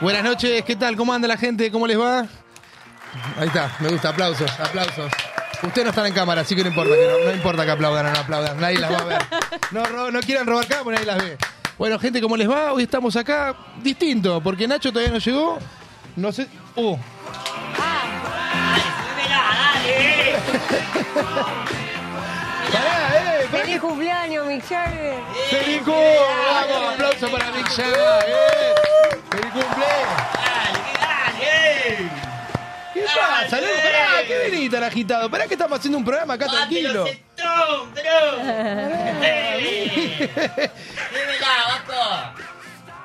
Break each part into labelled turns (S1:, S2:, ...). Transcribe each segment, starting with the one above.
S1: Buenas noches, ¿qué tal? ¿Cómo anda la gente? ¿Cómo les va? Ahí está, me gusta, aplausos, aplausos. Ustedes no están en cámara, así que no importa, que no, no importa que aplaudan o no aplaudan, nadie las va a ver. No, ro- no quieran robar cámara, nadie las ve. Bueno, gente, ¿cómo les va? Hoy estamos acá distinto, porque Nacho todavía no llegó. No sé. Uh, pará, eh, pará.
S2: ¡Feliz cumpleaños, Mick Jagger!
S1: ¡Feliz cumple! ¡Vamos! ¡Aplauso para Mick Jagger! ¡Eh! ¡Feliz cumple! ¿Qué
S2: Ah,
S1: pasa, loco? Pará, ¿qué venís tan agitado? Pará que estamos haciendo un programa acá
S2: Ah,
S1: tranquilo.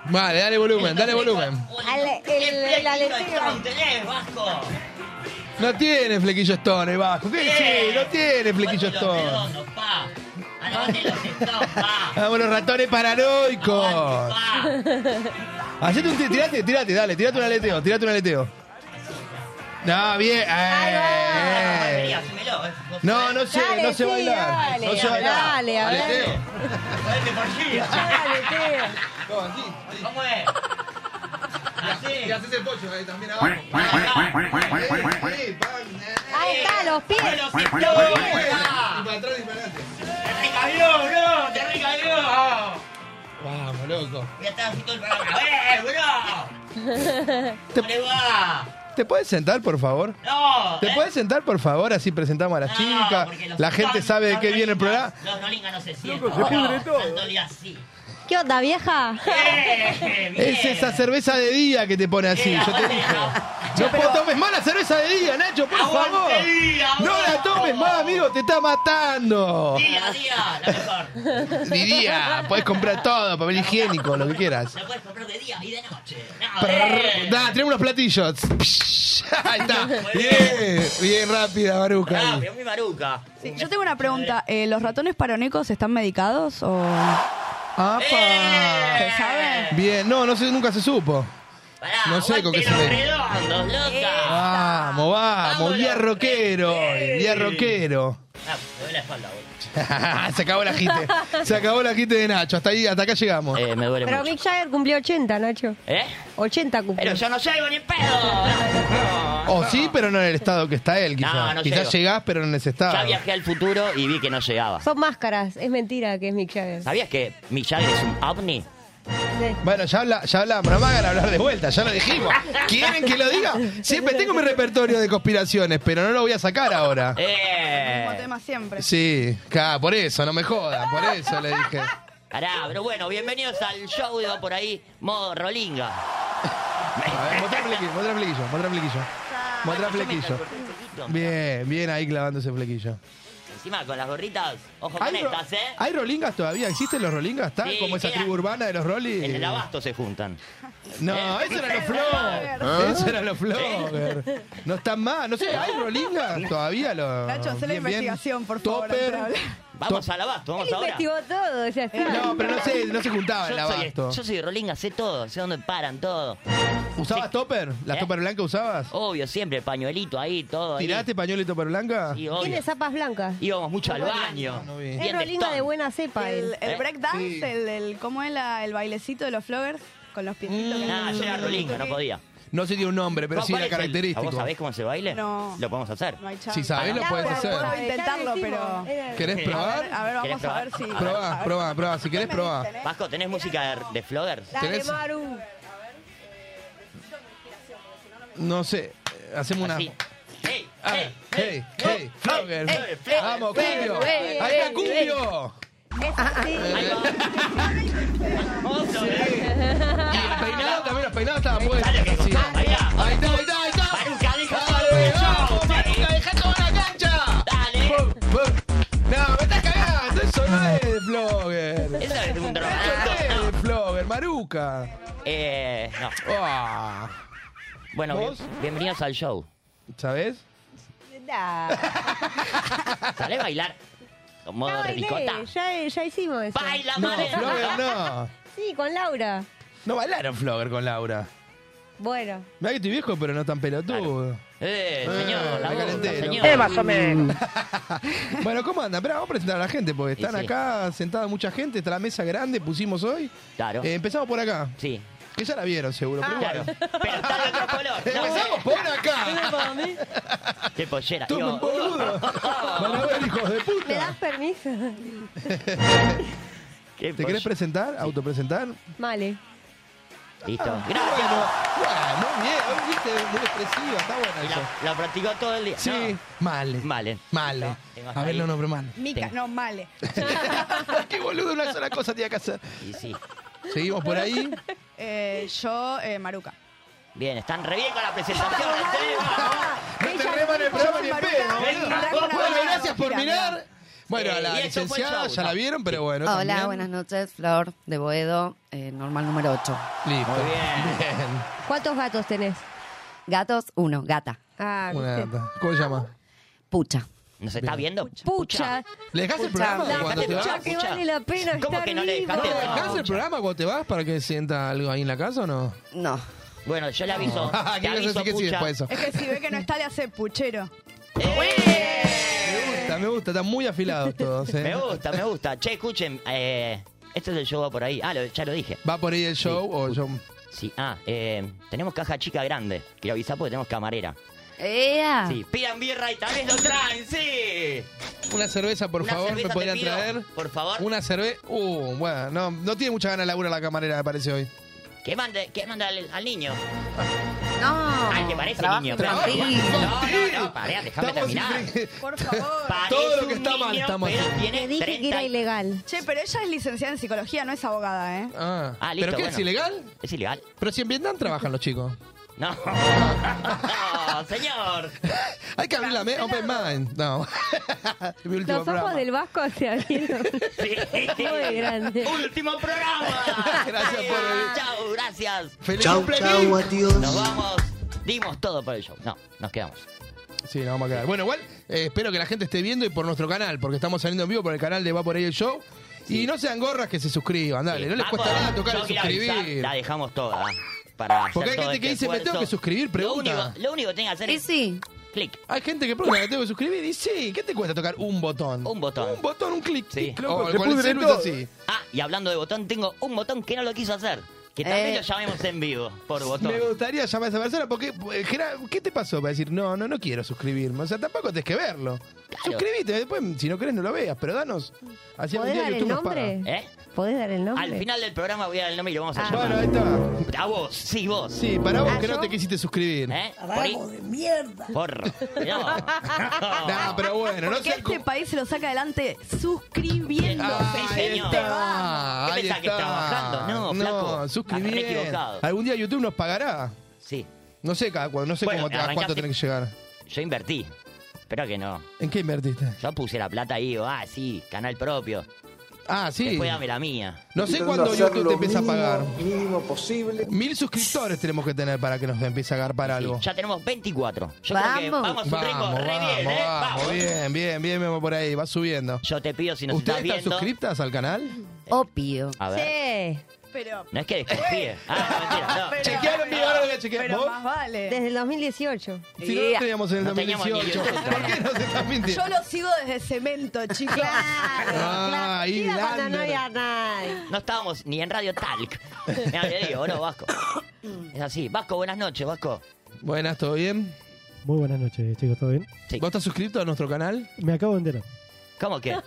S1: Vale, dale volumen, dale volumen. No tiene flequillo Stone el bajo. ¿Qué sí? No tiene flequillo Stone. Vamos los ratones paranoicos. Hacete un ti- tirate, tirate, dale, tirate un aleteo, tirate un aleteo. No, bien. eh, eh. No, no sé,
S2: Dale,
S1: no sé
S2: sí,
S1: bailar.
S2: dale,
S1: no sé bailar.
S2: dale, a ver.
S1: Aleteo.
S2: Dale, tío.
S3: ¿Cómo es? Así.
S1: haces el pollo ahí también abajo. eh,
S2: Ahí está, los pies.
S3: Bueno, sí, todo bien.
S1: para atrás eh, y para adelante.
S3: Te recabió, bro, te recabió.
S1: Vamos, loco.
S3: Voy a estar haciendo el programa. ¡Eh, bro! ¿Cómo le va?
S1: ¿Te puedes sentar, por favor?
S3: No.
S1: ¿Te
S3: eh.
S1: puedes sentar, por favor? Así presentamos a las
S3: No,
S1: chicas.
S3: porque los
S1: La gente
S3: tan-
S1: sabe de
S3: los
S1: qué viene el programa.
S3: nolingas- Los nolingas no se sientan. Loco, se pudre todo. Tanto día así.
S2: ¿Qué onda, vieja?
S3: Eh, bien.
S1: Es esa cerveza de día que te pone así.
S3: Eh,
S1: Yo te
S3: aguante,
S1: dije.
S3: no.
S1: No po- tomes más la cerveza de día, Nacho, por
S3: Aguante
S1: favor.
S3: día,
S1: No la
S3: aguante.
S1: tomes más, amigo, te está matando.
S3: Día, día, la mejor.
S1: Diría, podés comprar todo, papel higiénico, lo que quieras.
S3: La puedes comprar de día y de noche. No, eh.
S1: Prrr, Da, tenemos unos platillos. Ahí está. Bien, bien rápida, Maruca.
S3: Ah,
S1: ahí.
S3: pero muy maruca.
S4: Sí, yo tengo una pregunta. Eh, ¿Los ratones paronecos están medicados o...?
S1: ¡Apa!
S4: ¿Se sabe?
S1: Bien, no, no sé, nunca se supo.
S3: Pará,
S1: No sé con qué se
S3: aguante
S1: ve.
S3: los redondos, loca.
S2: Eh.
S1: Vamos, vamos, día rockero, hoy, día rockero.
S3: Ah, me duele la espalda, boludo.
S1: se acabó la jite, se acabó la jite de Nacho, hasta ahí, hasta acá llegamos.
S3: Eh, me duele
S2: Pero
S3: mucho.
S2: Mick Jagger cumplió 80, Nacho.
S3: ¿Eh?
S2: 80 cumplió.
S3: Pero yo no llego ni en pedo.
S1: O sí, pero no en el estado que está él, quizás.
S3: No, no
S1: quizás
S3: llego.
S1: llegás, pero no en ese
S3: Ya
S1: estado.
S3: viajé al futuro y vi que no llegaba.
S2: Son máscaras, es mentira que es Mick Jagger.
S3: ¿Sabías que Mick Jagger es un ovni?
S1: Bueno, ya, habla, ya hablamos, no me hagan hablar de vuelta, ya lo dijimos. ¿Quieren que lo diga? Siempre tengo mi repertorio de conspiraciones, pero no lo voy a sacar ahora.
S4: Como
S3: ¡Eh!
S4: tema siempre.
S1: Sí, claro, por eso, no me jodan, por eso le dije.
S3: Pará, pero bueno, bienvenidos al show de por ahí, modo rolinga.
S1: A ver, mostrá flequillo, mostrá flequillo, mostrá flequillo. Mostrá flequillo. Bien, bien ahí clavando ese flequillo.
S3: Encima con las gorritas, ojo con
S1: ¿Hay, ro-
S3: estas, ¿eh?
S1: hay rolingas todavía? ¿Existen los rolingas? ¿Está
S3: Sí,
S1: como esa
S3: queda-
S1: tribu urbana de los rolis?
S3: En el abasto se juntan.
S1: No, eso era los floggers.
S3: ¿Ah?
S1: Eso era los floggers. No están más. No sé, ¿hay rolingas todavía? Los,
S4: Nacho, hacé la investigación, por favor,
S1: Topper.
S4: antes de
S3: Vamos al abasto, vamos
S2: Él
S3: ahora. Eh,
S2: investigó todo, o sea, sí.
S1: No, pero no sé, no se juntaba el
S3: Yo soy, este,
S1: abasto.
S3: yo soy rolinga, sé todo, sé dónde paran, todo.
S1: ¿Usabas topper? ¿La
S3: ¿Eh?
S1: topper blanca usabas?
S3: Obvio, siempre, pañuelito ahí, todo. ahí.
S1: ¿Tiraste pañuelo y topper blanca?
S3: Sí, oh. obvio.
S2: Tiene zapas blancas.
S3: Íbamos mucho al baño.
S1: No vi.
S3: Bien
S2: Es rolinga
S3: stone.
S2: de buena cepa.
S4: El,
S2: él.
S4: el
S3: ¿Eh?
S4: breakdance,
S1: Sí.
S4: el, el- ¿cómo es la- el bailecito de los floggers? Con los piecitos. que
S3: Nah, Mm. Ah,
S4: hacen-
S3: yo era rolinga, no podía.
S1: No sé tiene un nombre, pero
S3: ¿Cuál
S1: sí
S3: es
S1: era
S3: el- ¿a ¿Vos
S1: característico.
S3: sabés cómo se baile?
S4: No.
S3: Lo podemos hacer.
S4: No hay chance.
S1: Si sabés, lo
S2: Claro,
S1: puedes
S2: pero
S1: hacer.
S2: bueno, ya lo
S4: Intentarlo,
S2: hicimos.
S4: pero-
S2: Era-
S1: ¿Querés
S4: A ver,
S1: probar?
S4: a ver,
S3: ¿Querés
S4: vamos a
S3: probar?
S4: ver si.
S3: Probá,
S4: a ver.
S1: probá, probá. Si querés,
S4: ¿Qué me
S1: probá.
S4: dicen, eh?
S3: Vasco, ¿tenés música de, de floggers?
S2: Dale,
S1: ¿Tenés?
S2: Maru.
S4: ¿eh?
S1: No sé. eh, Hacemos una.
S3: Así. Hey,
S1: Ah,
S3: hey,
S1: hey, hey, flogger.
S3: hey, flogger.
S1: Vamos,
S3: Hey,
S1: Cumbio.
S2: hey,
S1: Ahí está
S2: hey,
S1: Cumbio.
S2: Es- sí.
S3: ahí va. Hermoso, ¿eh?
S1: Y el peinado también, los peinados estaban buenos.
S3: Dale, que
S1: Sí.
S3: contamos, ahí va.
S1: Ahí está, ahí está, ahí está.
S3: Maruca, deja
S1: Dale,
S3: todo el
S1: vamos,
S3: show.
S1: Maruca, deja toda la cancha.
S3: Dale.
S1: Pum, pum,
S3: Este
S1: Luca.
S3: Eh, no.
S1: Ah,
S3: Bueno, bien-
S1: ¿Vos?
S3: bienvenidos al show.
S1: ¿Sabés?
S2: Da,
S3: ¿Sabés bailar? Con modo
S2: ya
S3: ricota.
S2: bailé, ya, ya hicimos eso.
S3: ¡Baila,
S1: No,
S3: madre!
S1: Flogger no.
S2: Sí, con Laura.
S1: No bailaron Flogger con Laura.
S2: Bueno.
S1: Mira que estoy viejo, pero no tan pelotudo.
S3: ¡Eh,
S1: Eh,
S3: señor! la
S1: me
S3: boca,
S1: calenté, ¿no?
S3: señor.
S1: Bueno, ¿cómo andan? Esperá, vamos a presentar a la gente, porque
S3: Y
S1: están
S3: sí.
S1: acá sentada mucha gente, está la mesa grande, pusimos hoy.
S3: Claro.
S1: Eh, empezamos por acá,
S3: Sí,
S1: que ya la vieron seguro, pero
S3: claro.
S1: bueno. Eh,
S3: Pero está de otro color.
S1: Ah.
S3: No,
S1: Empezamos por acá.
S3: ¡Qué pollera!
S1: Tomen
S3: digo. ah,
S1: boludo. Van a ver, hijos de
S2: ¿Me das
S1: puta.
S2: permiso?
S3: Qué
S1: ¿Te querés
S3: pollera.
S1: presentar? ¿Autopresentar?
S2: Vale.
S3: Listo.
S1: Ah, Bueno,
S3: Gracias.
S1: bueno, muy bien. Hoy viste muy expresiva, está bueno
S3: Y
S1: eso.
S3: La, la practicó todo el día.
S1: Sí, male.
S3: Vale.
S1: Male.
S3: Tengo hasta
S1: A ver,
S3: ahí.
S1: no nombre mal.
S4: Mica,
S3: Ten-
S4: no, male.
S1: Qué boludo, una sola cosa tenía que hacer.
S3: No. Y sí.
S1: Seguimos por ahí.
S4: Eh, yo, eh, Maruca.
S3: Bien, están re bien con la presentación. ¿eh?
S1: No te reman el programa ni en pedo, boludo.
S3: Venga,
S1: Bueno,
S3: vamos.
S1: gracias por mirar. Bueno, a
S3: Eh,
S1: la
S3: y eso fue el
S1: licenciada
S3: show,
S1: ya la
S3: ¿no?
S1: vieron, pero bueno.
S5: Hola,
S1: también.
S5: buenas noches, Flor de Boedo, eh, normal número 8.
S1: Listo.
S3: Muy bien.
S1: Bien.
S2: ¿Cuántos gatos tenés?
S5: Gatos, uno, gata,
S2: Ah,
S1: Una
S2: viste.
S1: gata. ¿Cómo se llama?
S5: pucha.
S3: ¿Nos está viendo?
S2: Pucha.
S1: ¿Le dejás el programa
S3: la
S1: cuando te
S3: pucha.
S1: vas?
S2: Pucha, que vale la pena
S3: ¿Cómo
S2: estar
S3: que no le
S2: vivo.
S3: dejaste?
S1: ¿Le dejás el
S3: Pucha.
S1: programa cuando te vas para que sienta algo ahí en la casa o no?
S5: No,
S3: Bueno, yo le aviso.
S1: ¿Qué
S3: Te
S1: ibas a
S3: aviso,
S1: Ah, decir que sí
S3: pucha.
S1: después de eso?
S4: Es que si ve que no está, le hace puchero.
S3: ¡Eh!
S1: Me gusta, me gusta, están muy afilados todos. ¿eh?
S3: Me gusta, me gusta. Che, escuchen. Eh, este es el show va por ahí. Ah, lo- ya lo dije.
S1: ¿Va por ahí el show o yo?
S3: Sí, ah, eh, tenemos caja chica grande. Quiero avisar porque tenemos camarera.
S2: Ah.
S5: ¡Ea!
S3: Sí, pidan birra y también lo traen, sí.
S1: Una cerveza, por
S3: Una
S1: favor,
S3: cerveza
S1: me
S3: te
S1: podrían
S3: pido,
S1: traer.
S3: por favor.
S1: Una cerveza. Uh, bueno, no, no tiene mucha ganas de laburar la camarera, me parece hoy.
S3: Que mande, que manda al, al niño.
S5: No.
S3: Al que parece
S5: Trabajo
S3: niño.
S5: infantil.
S3: pero- No, no, no, pará, déjame
S1: Estamos
S3: terminar.
S1: infringi-
S4: Por favor.
S3: Parece
S1: Todo lo que
S3: un
S1: está mal
S3: niño,
S1: estamos
S3: pero
S1: haciendo.
S3: tiene
S2: Te dije que
S3: 30
S2: era ilegal.
S4: Che, pero ella es licenciada en psicología, no es abogada, ¿eh?
S1: Ah,
S3: Ah, listo,
S1: ¿Pero qué es
S3: bueno.
S1: ilegal?
S3: Es ilegal.
S1: Pero si en Vietnam trabajan los chicos.
S3: No. No, señor.
S1: Hay que abrir la me- open mind. No. Mi
S2: Los
S1: último
S2: ojos
S1: programa.
S2: del Vasco se abrieron.
S3: Sí.
S2: Muy grande.
S3: Último programa.
S1: Gracias por venir.
S3: Chao, gracias.
S1: Feliz
S6: Chau,
S1: cumpleaños.
S6: chau, adiós.
S3: Nos vamos. Dimos todo por el show. No, nos quedamos.
S1: Sí, nos vamos a quedar. Bueno, igual eh, espero que la gente esté viendo y por nuestro canal, porque estamos saliendo en vivo por el canal de Va por ahí el show. Y no sean gorras que se suscriban, dale. No les
S3: Vamos,
S1: cuesta nada tocar
S3: yo
S1: el
S3: quiero avisar,
S1: suscribir.
S3: La dejamos toda. ¿eh? Para hacer
S1: Porque hay
S3: todo
S1: gente que dice,
S3: este
S1: me tengo
S3: esfuerzo.
S1: que suscribir, pregunta.
S3: Lo único, lo único que tienen que hacer
S5: Y
S3: es
S5: sí,
S3: clic.
S1: Hay gente que pregunta, ¿me tengo que suscribir? Y sí, ¿qué te cuesta tocar un botón?
S3: Un botón.
S1: Un botón, un clic.
S3: Sí.
S1: clic,
S6: Oh,
S1: loco, con el celu es así.
S3: Ah, y hablando de botón, tengo un botón que no lo quiso hacer. Que tal vez
S5: Eh.
S3: lo llamemos en vivo por botón.
S1: Me gustaría llamar a esa persona porque, eh, Gerard, ¿qué te pasó para decir, no, no, no quiero suscribirme? O sea, tampoco tenés que verlo.
S3: Claro.
S1: Suscribite, después, si no querés, no lo veas, pero danos. Así
S2: ¿Podés
S1: algún día
S2: dar el
S1: YouTube nos paga.
S2: nombre?
S3: ¿Eh?
S2: ¿Podés dar el nombre?
S3: Al final del programa voy a dar el nombre y lo vamos a
S2: Ah.
S3: llamar.
S1: Bueno, ahí está.
S3: A vos, sí, vos.
S1: Sí, para vos
S2: ¿Ah,
S1: que no
S2: yo?
S1: te quisiste suscribir.
S3: ¿Eh? Por de mierda. Porro. No.
S1: No, pero bueno, no
S4: Porque
S1: sé
S4: este país se lo saca adelante suscribiendo.
S3: Ah, sí, señor.
S1: está.
S3: ¿Qué
S1: ahí
S3: pensás, que
S1: está.
S3: estaba bajando? No, flaco.
S1: suscribí.
S3: Estás re equivocado.
S1: Algún día YouTube nos pagará.
S3: Sí,
S1: No sé cada cuándo, no sé
S3: Bueno,
S1: cómo, a cuánto
S3: arrancaste-
S1: tenés que llegar.
S3: yo invertí. Espero que no.
S1: ¿En qué invertiste?
S3: Yo puse la plata ahí, digo, ah, sí, canal propio.
S1: Ah, sí.
S3: Después dame la mía.
S1: No sé
S6: Intentando
S1: cuándo
S6: hacer
S1: YouTube
S6: lo
S1: te empieza a
S6: mínimo-
S1: pagar.
S6: Mínimo posible.
S1: Mil suscriptores tenemos que tener para que nos empiece a agarpar algo.
S3: Ya tenemos 24. Yo creo que
S5: Vamos.
S3: vamos un ritmo
S1: Vamos,
S3: re bien,
S1: vamos,
S3: ¿eh?
S1: vamos.
S3: Vamos.
S1: Bien, bien, bien, vemos por ahí, va subiendo.
S3: Yo te pido si nos estás
S1: ¿Ustedes están
S3: viendo.
S1: suscriptas al canal?
S5: opio.
S3: A ver.
S2: Sí,
S4: Pero.
S3: No es que desconfíe. Ah, no, mentira, no.
S4: pero-
S1: Chequearon mi barra, la chequeé.
S4: Pero
S1: ¿Vos?
S4: más vale.
S2: desde el 2018.
S1: Si no, no teníamos en el
S3: No teníamos ni
S1: 2018.
S3: YouTube.
S1: ¿Por qué no se están mintiendo?
S4: Yo lo sigo desde cemento, chicos.
S1: Ah, ahí
S2: Iba cuando no
S1: Lander.
S2: había nadie.
S3: No estábamos ni en Radio Talk. Mira, le digo, no, Vasco. Es así. Vasco, buenas noches, Vasco.
S1: Buenas, ¿todo bien?
S7: Muy buenas noches, chicos, ¿todo bien?
S3: Sí.
S1: ¿Vos estás suscrito a nuestro canal?
S7: Me acabo de enterar.
S3: ¿Cómo que?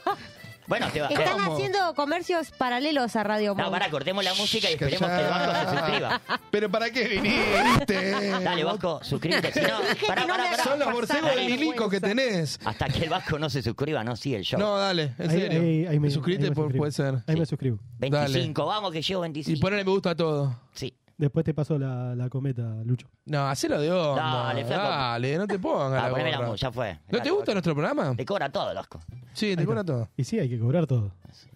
S3: Bueno, te va. eh,
S2: Están
S1: ¿Cómo?
S2: haciendo comercios paralelos a Radio
S3: No,
S2: Monk.
S3: pará, cortemos la música y
S1: Shh,
S3: esperemos que el Vasco
S1: callá.
S3: se suscriba.
S1: ¿Pero para qué viniste?
S3: Dale, Vasco, suscríbete. Si no, pará,
S2: no
S3: pará,
S2: me
S3: pará.
S1: Son los borcegos
S3: Dale.
S1: de milico que tenés.
S3: Hasta que el Vasco no se suscriba, no sigue el show.
S1: No, dale, en
S7: Ahí-
S1: serio.
S7: ahí- ahí me-
S1: Suscribite,
S7: ahí me
S1: por-
S7: suscribo.
S1: puede ser.
S7: Ahí me
S3: Sí.
S7: suscribo.
S3: 25, vamos que llevo 25.
S1: Y ponle me gusta a todo.
S3: Sí.
S7: Después te paso la, la cometa, Lucho.
S1: No, hacelo de onda. Dale,
S3: Dale, flaco.
S1: no te pongas
S3: Ah,
S1: la
S3: poneme la
S1: gorra.
S3: mu- ya fue.
S1: ¿No te gusta nuestro programa?
S3: Te cobra todo, Vasco.
S1: Sí, te
S7: Ahí
S1: cobra
S7: está.
S1: todo.
S7: Y sí, hay que cobrar todo.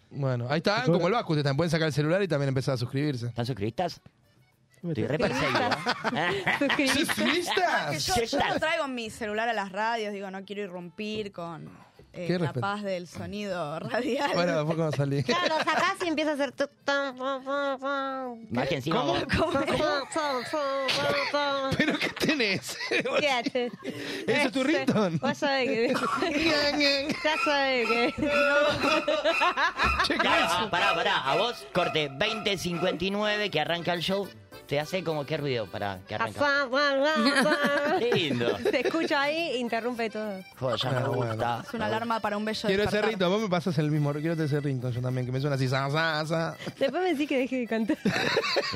S1: Bueno, ahí están, como el Vasco, ustedes también pueden sacar el celular y también empezar a suscribirse.
S3: ¿Están suscriptas?
S7: Me
S3: Estoy
S7: está-
S3: re perseguido. ¿eh?
S2: Suscribí.
S3: Ah,
S1: ¿Suscribistas?
S4: Yo, yo no traigo mi celular a las radios, digo, no quiero irrumpir con eh,
S1: Qué
S4: la
S1: respeto.
S4: paz del sonido radial.
S1: Bueno, después cuando salí.
S2: Claro, lo sacás y empieza a hacer. tu- tan, tan, tan, tan.
S3: Más que encima. vos-
S2: Tan, tan, tan, tan.
S1: ¿Pero qué tenés?
S2: ¿Qué haces?
S1: ¿Eso es tu ringtone?
S2: Vos sabés que. Ya sabés que.
S3: Claro, ah, pará, pará. A vos, corte 2059 que arranca el show. Te hace como qué ruido para que arranca. Qué lindo.
S2: Te escucha ahí, interrumpe todo.
S3: Joder, ya me
S1: Ah, bueno.
S3: gusta.
S4: Es una alarma para un bello
S1: Quiero ese
S4: despertar.
S1: rinto, vos me pasas el mismo, quiero ese rinto yo también, que me suena así, sa, sa, sa.
S2: Después me decís que deje de cantar.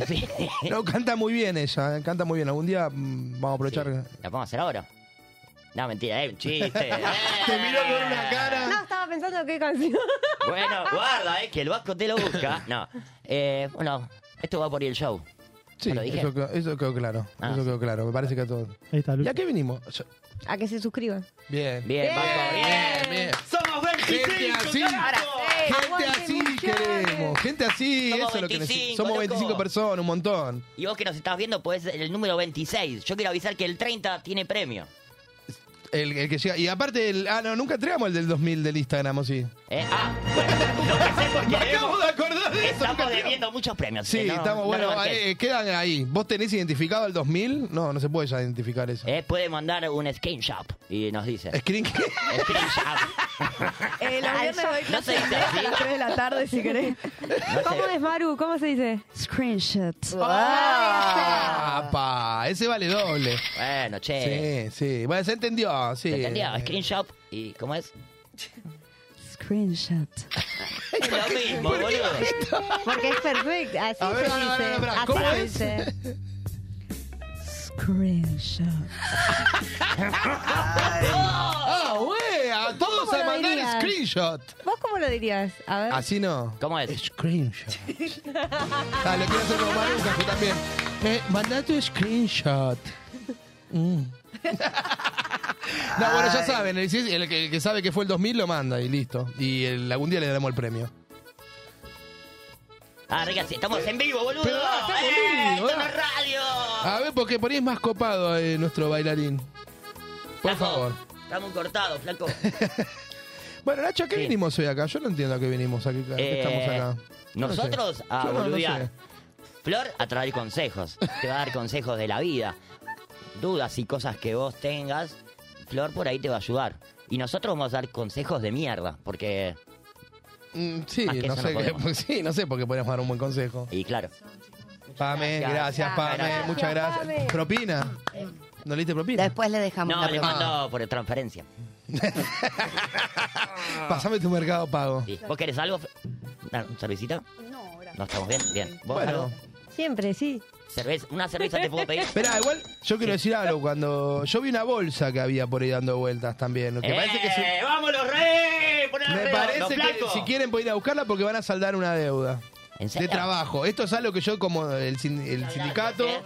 S3: Sí.
S1: No, canta muy bien ella, eh, canta muy bien. Algún día mm, vamos a aprovechar.
S3: ¿La podemos hacer ahora? No, mentira, es un chiste. Eh,
S1: Te miró con una cara.
S2: No, estaba pensando qué canción.
S3: Bueno, guarda, eh, que el vasco te lo busca. No. Eh, bueno, esto va por el show.
S1: Sí,
S3: ¿Lo dije?
S1: eso, quedó- eso quedó claro.
S3: Ah,
S1: eso
S3: sí.
S1: quedó claro, me parece que a todos.
S7: Ahí está,
S1: ¿Y
S7: Lucho.
S1: a qué vinimos? Yo-
S2: A que se suscriban.
S1: Bien.
S3: Bien, vasco, bien.
S1: bien.
S3: Somos 25.
S1: Gente así. Gente
S2: aguante,
S1: así
S2: muchachos.
S1: queremos. Gente así,
S3: Somos
S1: eso es lo que necesitamos.
S3: 25,
S1: Somos
S3: loco.
S1: 25 personas, un montón.
S3: Y vos que nos estás viendo, podés ser el número 26. Yo quiero avisar que el 30 tiene premio.
S1: El, el que llega. Y aparte, el, ah, no, nunca entregamos el del 2000 del Instagram, ¿o sí?
S3: Eh, ah, bueno, lo pensé porque
S1: Acabo de acordar de eso. nunca
S3: estamos
S1: entregamos.
S3: debiendo muchos premios.
S1: Sí,
S3: eh, no-
S1: estamos,
S3: no
S1: bueno,
S3: lo marqué.
S1: eh, quedan ahí. ¿Vos tenés identificado el 2000? No, no se puede ya identificar eso.
S3: Eh, puede mandar un screenshot y nos dice.
S1: Screen
S3: Screenshot.
S4: Eh, los viernes doy
S3: No se
S4: clases
S3: dice
S4: de inglés a las
S3: así.
S4: 3 de la tarde, si querés.
S2: ¿Cómo es Maru? ¿Cómo se dice?
S5: Screenshot.
S3: Ah.
S1: ¡Apa! Ese vale doble.
S3: Bueno,
S1: Sí,
S3: che.
S1: sí. Bueno, se entendió, sí.
S3: Eh. ¿Se entendió? Screenshot y ¿cómo es?
S5: Screenshot.
S3: Es lo mismo, boludo.
S2: Porque es perfecto. Así
S1: A ver,
S2: se
S1: ahora,
S2: dice.
S1: ahora, ahora,
S2: Así
S1: ¿cómo
S2: se
S1: es?
S2: dice.
S5: Screenshot.
S1: ¡Ah, wea! Todos
S2: ¿Cómo ¿Eh?
S1: a
S2: lo
S1: mandar
S2: dirías?
S1: screenshot.
S2: ¿Vos cómo lo dirías? A ver.
S1: Así no.
S3: ¿Cómo es?
S1: Screenshot. Ah, lo quiero hacer como Maruca, yo también. Me mandá tu screenshot. Mm. No, bueno, ya saben, el, el que, el que sabe que fue el 2000 lo manda y listo. Y el- algún día le daremos el premio.
S3: Ah, rica, sí, estamos en vivo, boludo.
S1: Pero, ah, estamos en
S3: Eh,
S1: vivo,
S3: esto no
S1: ah.
S3: es radio.
S1: A ver, porque por ahí es más copado eh, nuestro bailarín. Por
S3: Flaco,
S1: favor.
S3: Estamos cortados, flaco.
S1: Bueno, Nacho, ¿a qué
S3: Sí.
S1: vinimos hoy acá? Yo no entiendo a qué vinimos, a qué, a qué
S3: Eh,
S1: estamos acá. Yo no sé.
S3: Nosotros a
S1: Yo no, no
S3: boludear.
S1: sé.
S3: Flor a traer consejos. Te va a dar consejos de la vida. Dudas y cosas que vos tengas, Flor por ahí te va a ayudar. Y nosotros vamos a dar consejos de mierda, porque...
S1: Mm, Sí,
S3: Más que
S1: no
S3: eso no
S1: sé, qué-
S3: podemos.
S1: sí, no sé por qué podríamos dar un buen consejo.
S3: Y claro.
S1: Pame,
S3: Gracias.
S1: gracias, Pame,
S3: Gracias,
S1: muchas gracias.
S2: Pame.
S1: ¿Propina? ¿No le diste propina?
S5: Después le dejamos
S3: No,
S5: la
S3: le
S5: pregunta.
S3: mando por transferencia.
S1: Pasame tu mercado pago.
S3: Sí. ¿Vos querés algo? Dar ¿Un cervecita?
S4: No, gracias.
S3: ¿No estamos bien? Bien. ¿Vos
S1: Bueno,
S3: algo?
S2: Siempre, sí.
S3: Cerveza. ¿Una cerveza te puedo pedir?
S1: espera, igual yo quiero decir algo. Cuando yo vi una bolsa que había por ahí dando vueltas también, que
S3: ¡Eh!
S1: parece que se-
S3: ¡Vamos los reyes! Poné
S1: me
S3: alrededor, los
S1: parece que
S3: flacos.
S1: si quieren pueden ir a buscarla porque van a saldar una deuda.
S3: ¿En
S1: de
S3: serio?
S1: trabajo. Esto es algo que yo como el, sin- el sindicato,
S3: ¿eh?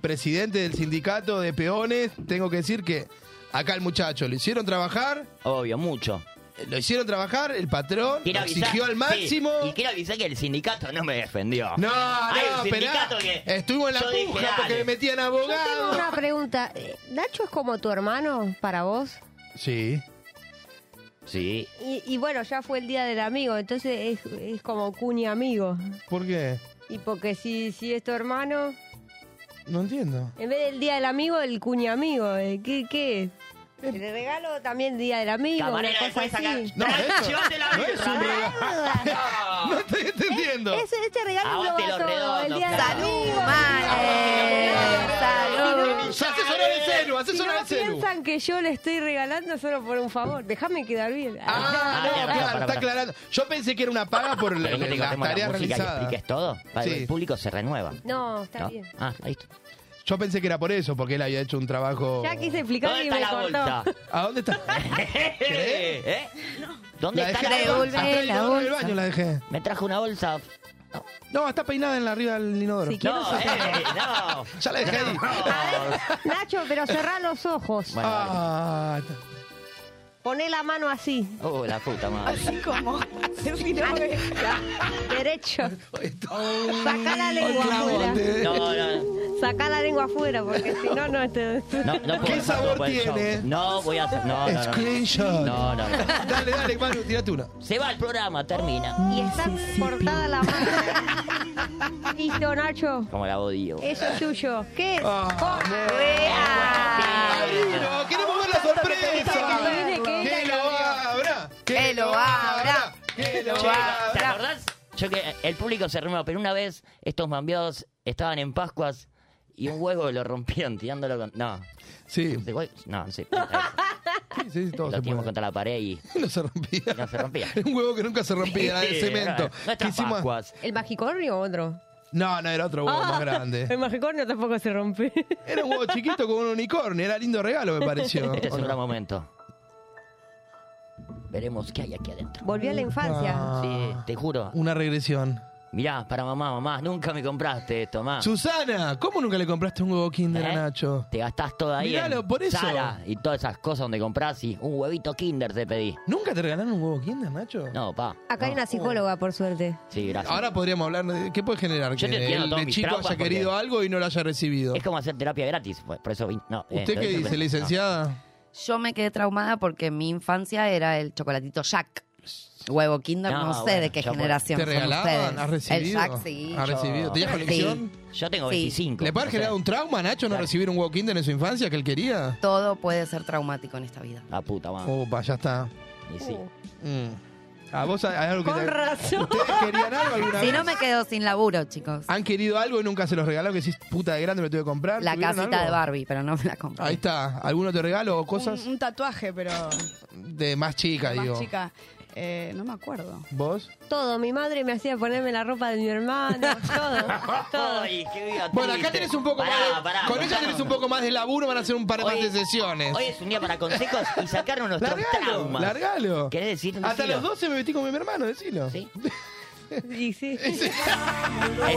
S1: presidente del sindicato de peones, tengo que decir que acá el muchacho lo hicieron trabajar,
S3: Obvio, mucho.
S1: lo hicieron trabajar, el patrón
S3: Quiero
S1: lo
S3: avisar-
S1: exigió al
S3: sí,
S1: máximo.
S3: y quiero avisar que el sindicato no me defendió.
S1: No,
S3: Hay
S1: no,
S3: un
S1: esperá.
S3: sindicato que
S1: Estuvo en la
S3: yo dije,
S1: puja porque
S3: dale.
S1: me metían
S2: Yo tengo
S1: abogado.
S2: una pregunta. Eh, ¿Nacho es como tu hermano para vos?
S1: Sí.
S3: Sí.
S2: Y, y bueno, ya fue el día del amigo, entonces es, es como cuni amigo.
S1: ¿Por qué?
S2: Y porque si, si es tu hermano,
S1: No entiendo.
S2: en vez del día del amigo, el cuni amigo. eh, ¿Qué, qué es? ¿El regalo también día del amigo? una
S3: Camarera,
S2: cosa
S3: después sacar.
S2: así.
S1: No,
S3: Trae,
S1: eso-
S3: llévate la
S1: no es
S3: birra.
S1: un regalo.
S3: Ah,
S1: No estoy entendiendo.
S2: Es- este
S3: A
S2: regalo
S3: vos te
S2: engloba
S3: lo
S2: todo. El
S3: redondo,
S2: día del
S3: claro.
S2: amigo.
S5: Vale,
S2: Salud.
S1: O sea, hace sonar el celu, hace
S2: Si no
S1: sonar el celu.
S2: piensan que yo le estoy regalando solo por un favor, déjame quedar bien.
S1: Ah,
S3: Ah,
S1: no,
S3: pará, pará,
S1: claro,
S3: pará,
S1: está
S3: pará.
S1: aclarando. Yo pensé que era una paga por la-
S3: ¿Querés que te
S1: las
S3: cortemos la
S1: tareas
S3: música y
S1: realizadas.
S3: expliques todo? Para
S1: Sí.
S3: El público se renueva.
S2: No, está
S3: ¿no?
S2: bien.
S3: Ah, listo.
S1: Yo pensé que era por eso, porque él había hecho un trabajo.
S2: Ya quise explicar
S3: ¿Dónde
S2: y
S3: está
S2: me
S3: la bolsa?
S2: cortó.
S1: ¿A dónde está?
S3: ¿Eh? ¿Dónde
S1: La
S3: está
S1: dejé
S3: la
S1: acá,
S3: bolsa?
S5: Devolver
S1: atrás del
S5: la
S1: inodoro del
S5: bolsa.
S1: baño la dejé.
S3: Me trajo una bolsa.
S1: No, está peinada en la arriba del inodoro.
S2: Si quiero
S3: No, eh, no.
S1: Ya la dejé ahí.
S3: No.
S2: Nacho, pero cerrá los ojos.
S3: Bueno,
S1: Ah,
S2: Poné la mano así.
S3: Oh, la puta madre.
S4: Así como.
S2: Derecho. Sacá la lengua afuera.
S3: No, no, no.
S2: Sacá la lengua afuera porque si no, no te.
S3: No, no puedo
S1: ¿Qué
S3: dejar
S1: sabor
S3: todo el show.
S1: tiene?
S3: No, voy a hacer. No, no, no.
S1: Screenshot.
S3: No, no, no.
S1: Dale, dale, Manu, tirate una.
S3: Se va el programa, termina.
S2: Y está cortada la mano. Listo, Nacho.
S3: Como la odio.
S2: Eso es suyo. ¿Qué es?
S1: Ah,
S3: Ay,
S1: no, queremos ver la sorpresa. Que lo abra.
S5: Que lo abra.
S1: Que lo
S3: ¿Te
S1: abra.
S3: acordás? Yo que el público se reunió, pero una vez estos mambiados estaban en Pascuas y un huevo lo rompían tirándolo con. No,
S1: Sí,
S3: de hue- no, no sé.
S1: sí, sí, todo
S3: Lo
S1: se
S3: tiramos
S1: puede.
S3: contra la pared y
S1: No se rompía.
S3: no se rompía.
S1: Un huevo que nunca se rompía, era de
S3: Sí,
S1: cemento.
S3: Nuestras
S1: Quisimos-
S3: Pascuas.
S2: ¿El magicornio o otro?
S1: No, no, era otro huevo
S3: Ah.
S1: más grande.
S2: El magicornio tampoco se rompe.
S1: Era un huevo chiquito con un unicornio, era lindo regalo, me pareció.
S3: Este es
S1: ¿O
S3: un
S1: no?
S3: gran momento. Veremos qué hay aquí adentro.
S2: Volví a la
S1: Ah.
S2: infancia.
S3: Sí, te juro.
S1: Una regresión.
S3: Mirá, para mamá, mamá, nunca me compraste esto, mamá.
S1: Susana, ¿cómo nunca le compraste un huevo Kinder a
S3: Ah. ¿Eh?
S1: Nacho?
S3: Te gastás todo ahí
S1: Miralo,
S3: en
S1: por eso.
S3: Zara y todas esas cosas donde compras y un huevito Kinder te pedí.
S1: ¿Nunca te regalaron un huevo Kinder, Nacho?
S3: No, pa.
S2: Acá hay
S3: no.
S2: una psicóloga, por suerte.
S3: Sí, gracias.
S1: Ahora podríamos hablar de qué puede generar
S3: Yo
S1: que
S3: te entiendo
S1: el
S3: todas
S1: de
S3: mis
S1: chico
S3: trampas
S1: haya querido
S3: porque-
S1: algo y no lo haya recibido.
S3: Es como hacer terapia gratis, pues, por eso vin- no. eh,
S1: ¿Usted
S3: lo
S1: qué
S3: hice,
S1: dice,
S3: pero-
S1: licenciada?
S5: Yo me quedé traumada porque mi infancia era el chocolatito Jack. Huevo Kinder,
S3: No,
S5: no, sé
S3: bueno,
S5: de qué
S3: yo por-
S5: generación
S1: ¿Te
S5: son
S1: regalaban?
S5: ustedes.
S1: ¿Has recibido?
S5: El Jack, sí.
S1: ¿Has recibido? ¿Tenías
S5: Sí.
S1: colección?
S3: no. Yo tengo
S5: Sí.
S3: 25.
S1: ¿Le puede haber
S3: no sé.
S1: generado un trauma, Nacho, no recibir un huevo Kinder en su infancia que él quería?
S5: Todo puede ser traumático en esta vida.
S3: La puta, mamá.
S1: Opa, ya está.
S3: Y sí.
S1: Mm. ¿A vos hay hay algo que
S2: Con
S1: te-
S2: razón.
S1: ¿Ustedes querían algo alguna
S5: Si
S1: vez?
S5: no me quedo sin laburo, chicos.
S1: ¿Han querido algo y nunca se los regalaron? Que decís, puta de grande me lo tuve que comprar.
S5: La
S1: ¿Tuvieron
S5: casita
S1: algo?
S5: de Barbie, pero no me la compré.
S1: Ahí está. ¿Alguno te regaló o cosas?
S4: Un, un tatuaje, pero
S1: De más chica,
S4: más
S1: digo.
S4: chica. Eh, no me acuerdo.
S1: ¿Vos?
S2: Todo. Mi madre me hacía ponerme la ropa de mi hermano. Todo. Todo.
S3: Ay, qué vida
S1: Bueno, acá
S3: triste.
S1: tenés un poco
S3: Pará,
S1: más. de-
S3: pará,
S1: con ella
S3: contame.
S1: tenés un poco más de laburo, van a hacer un par más
S3: Hoy-
S1: de sesiones.
S3: Hoy es un día para consejos y sacarnos nuestros
S1: largalo,
S3: traumas.
S1: largalo.
S3: ¿Querés decir?
S1: Hasta
S3: Decilo.
S1: los 12 me metí con mi hermano, decilo.
S3: Sí.
S2: Y sí.
S3: ¡Eh, sí!
S1: ¡Ay,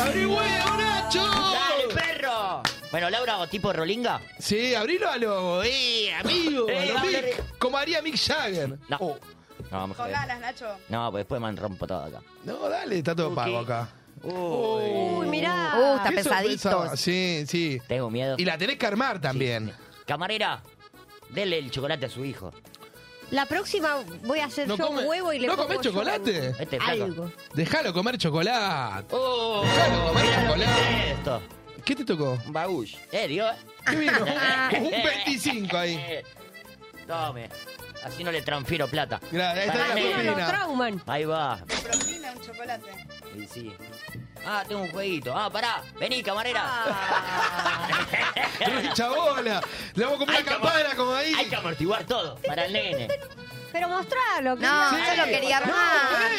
S1: ¡Abrí huevo, Nacho!
S3: ¡Dale, perro! Bueno, Laura, ¿o tipo Rolinga?
S1: Sí, abrilo a lo. ¡Eh, amigo!
S3: Eh,
S1: a lo
S3: vamos,
S1: Mick,
S3: eh.
S1: como haría Mick Jagger. Oh,
S3: No. No, vamos a
S4: Con
S3: ver.
S4: ganas, Nacho.
S3: No, pues después me rompo todo acá.
S1: No, dale, está todo pago acá. Oh.
S3: Oh.
S2: Uy, mirá.
S5: Uh, está
S1: ¿Qué sorpresa?
S5: pesadito.
S1: Sí, sí.
S3: Tengo miedo.
S1: Y la tenés que armar también.
S3: Camarera, dele el chocolate a su hijo.
S2: La próxima voy a hacer yo
S1: come-
S2: un huevo y le
S1: ¿no
S2: pongo
S1: comés
S2: yo
S1: chocolate?
S3: Este flaco.
S2: Algo.
S1: Dejalo comer chocolate.
S3: ¡Oh!
S1: Dejalo comer chocolate.
S3: Esto.
S1: ¿Qué te tocó?
S3: Un babush. Eh, digo.
S1: ¿Qué vino? Un 25 ahí.
S3: Eh, Tome. Así no le transfiero plata.
S1: Gracias, ahí está
S3: Para
S1: la
S3: mí.
S2: Ah, No nos
S1: propina.
S2: trauman.
S3: Ahí va.
S4: Propina un chocolate.
S3: Y sí. Ah, tengo un jueguito. Ah, pará. Vení, camarera.
S5: Ah.
S1: Chabola. Le vamos a comprar
S3: Hay
S1: una
S3: que
S1: campana como ahí.
S3: Hay que amortiguar todo para el nene.
S2: Pero mostralo. que
S5: No,
S2: no.
S5: yo lo quería
S1: No,
S5: armar.